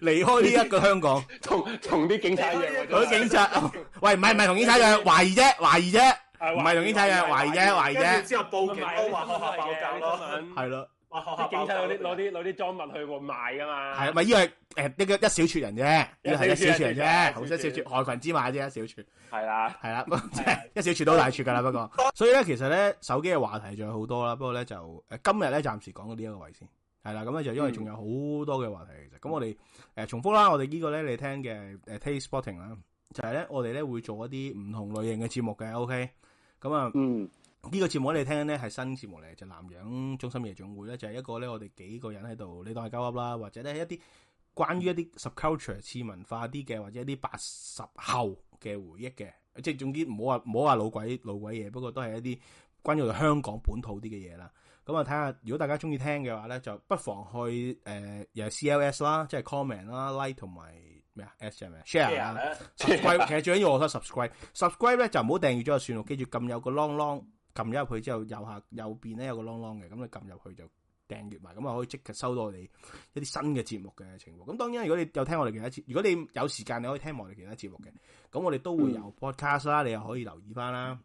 B: 離開呢一個香港，
A: 同同啲警察一樣啊，
B: 嗰啲警察，喂唔係唔係同警察一樣，懷疑啫，懷疑啫，唔係同警察一樣，懷疑啫，懷疑
C: 跟住
B: 啫，
C: 之後報
A: 唔
C: 警
A: 係
C: 咯，話學校爆格咯，
A: 啲新聞
B: 係咯。
C: 話學校
A: 啲警
C: 哦爆
A: 察
C: 格
A: 攞啲攞啲攞啲贓物去賣噶嘛，
B: 系咪？呢個係诶一個一小撮人啫，呢個係一小撮人啫，好
A: 一
B: 一
A: 小撮
B: 小撮害群之馬啫，一小 撮
A: 係啦，
B: 係啦，即係一小撮都好大撮噶啦。不 過，所以咧，其實咧，手機嘅話題仲有好多啦。不過咧，就诶今日咧，暫時講到呢一個位先。係啦，咁咧就因為仲有好多嘅話題其實，咁我哋诶重複啦，我哋呢個咧你聽嘅诶 Taste Spotting 啦，就係咧我哋咧會做一啲唔同類型嘅節目嘅，OK，咁啊。
A: 嗯，
B: 呢個節目你聽咧係新節目嚟，就南洋中心夜總會咧，啊就係、一個咧我哋幾個人喺度，你當係鳩噏啦，或者咧一啲關於一啲 subculture 次文化啲嘅，或者一啲八十後嘅回憶嘅，即係總之唔好話唔好話老鬼老鬼嘢，不過都係一啲關於我哋香港本土啲嘅嘢啦。咁啊，睇下如果大家中意聽嘅話咧，就不妨去誒、呃又係 CLS 啦，即係 comment 啦、like 同埋咩啊 S 係咩 share 啦。subscribe 其實最緊要我覺得 subscribe subscribe 咧就唔好訂閱咗就算咯，記住撳有個 long long 撳咗入去之後，右下右邊咧有個 long long 嘅，咁你撳入去就訂閱埋，咁啊可以即刻收到我哋一啲新嘅節目嘅情況。咁當然啦如果你有聽我哋其他節，如果你有時間你可以聽埋我哋其他節目嘅，咁我哋都會有 podcast 啦，你又可以留意翻啦。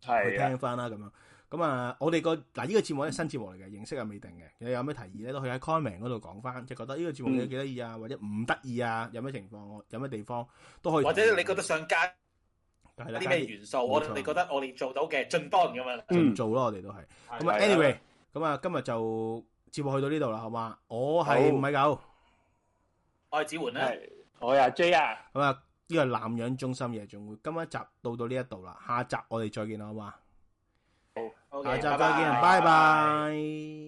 B: 去
A: 係啊，
B: 聽翻啦咁樣。咁啊，我哋個嗱呢個節目咧新節目嚟嘅，形式係未定嘅。你有咩提議咧，都可以喺 comment 嗰度講翻，即係覺得呢個節目
A: 嗯
B: 你幾得意啊，或者唔得意啊，有咩情況，有咩地方都可以。
C: 或者你覺得想加
B: 係啦
C: 啲咩元素，
B: 冇錯
C: 我哋覺得我哋做到嘅進幫咁樣。
B: 盡做咯，我哋都係。咁啊
A: 係啊
B: ，anyway，咁啊，今日就節目去到呢度啦，好嘛？我係
A: 好
B: 五米九，
C: 我係子桓咧，
A: 係我呀 J 啊，
B: 咁啊，呢個係南洋中心夜總會，今一集到到呢一度啦，下集我哋再見啦，好嘛？
C: 好
B: 下
C: 嘅
B: 集
C: 拜
B: 再見，
C: 拜
B: 拜拜。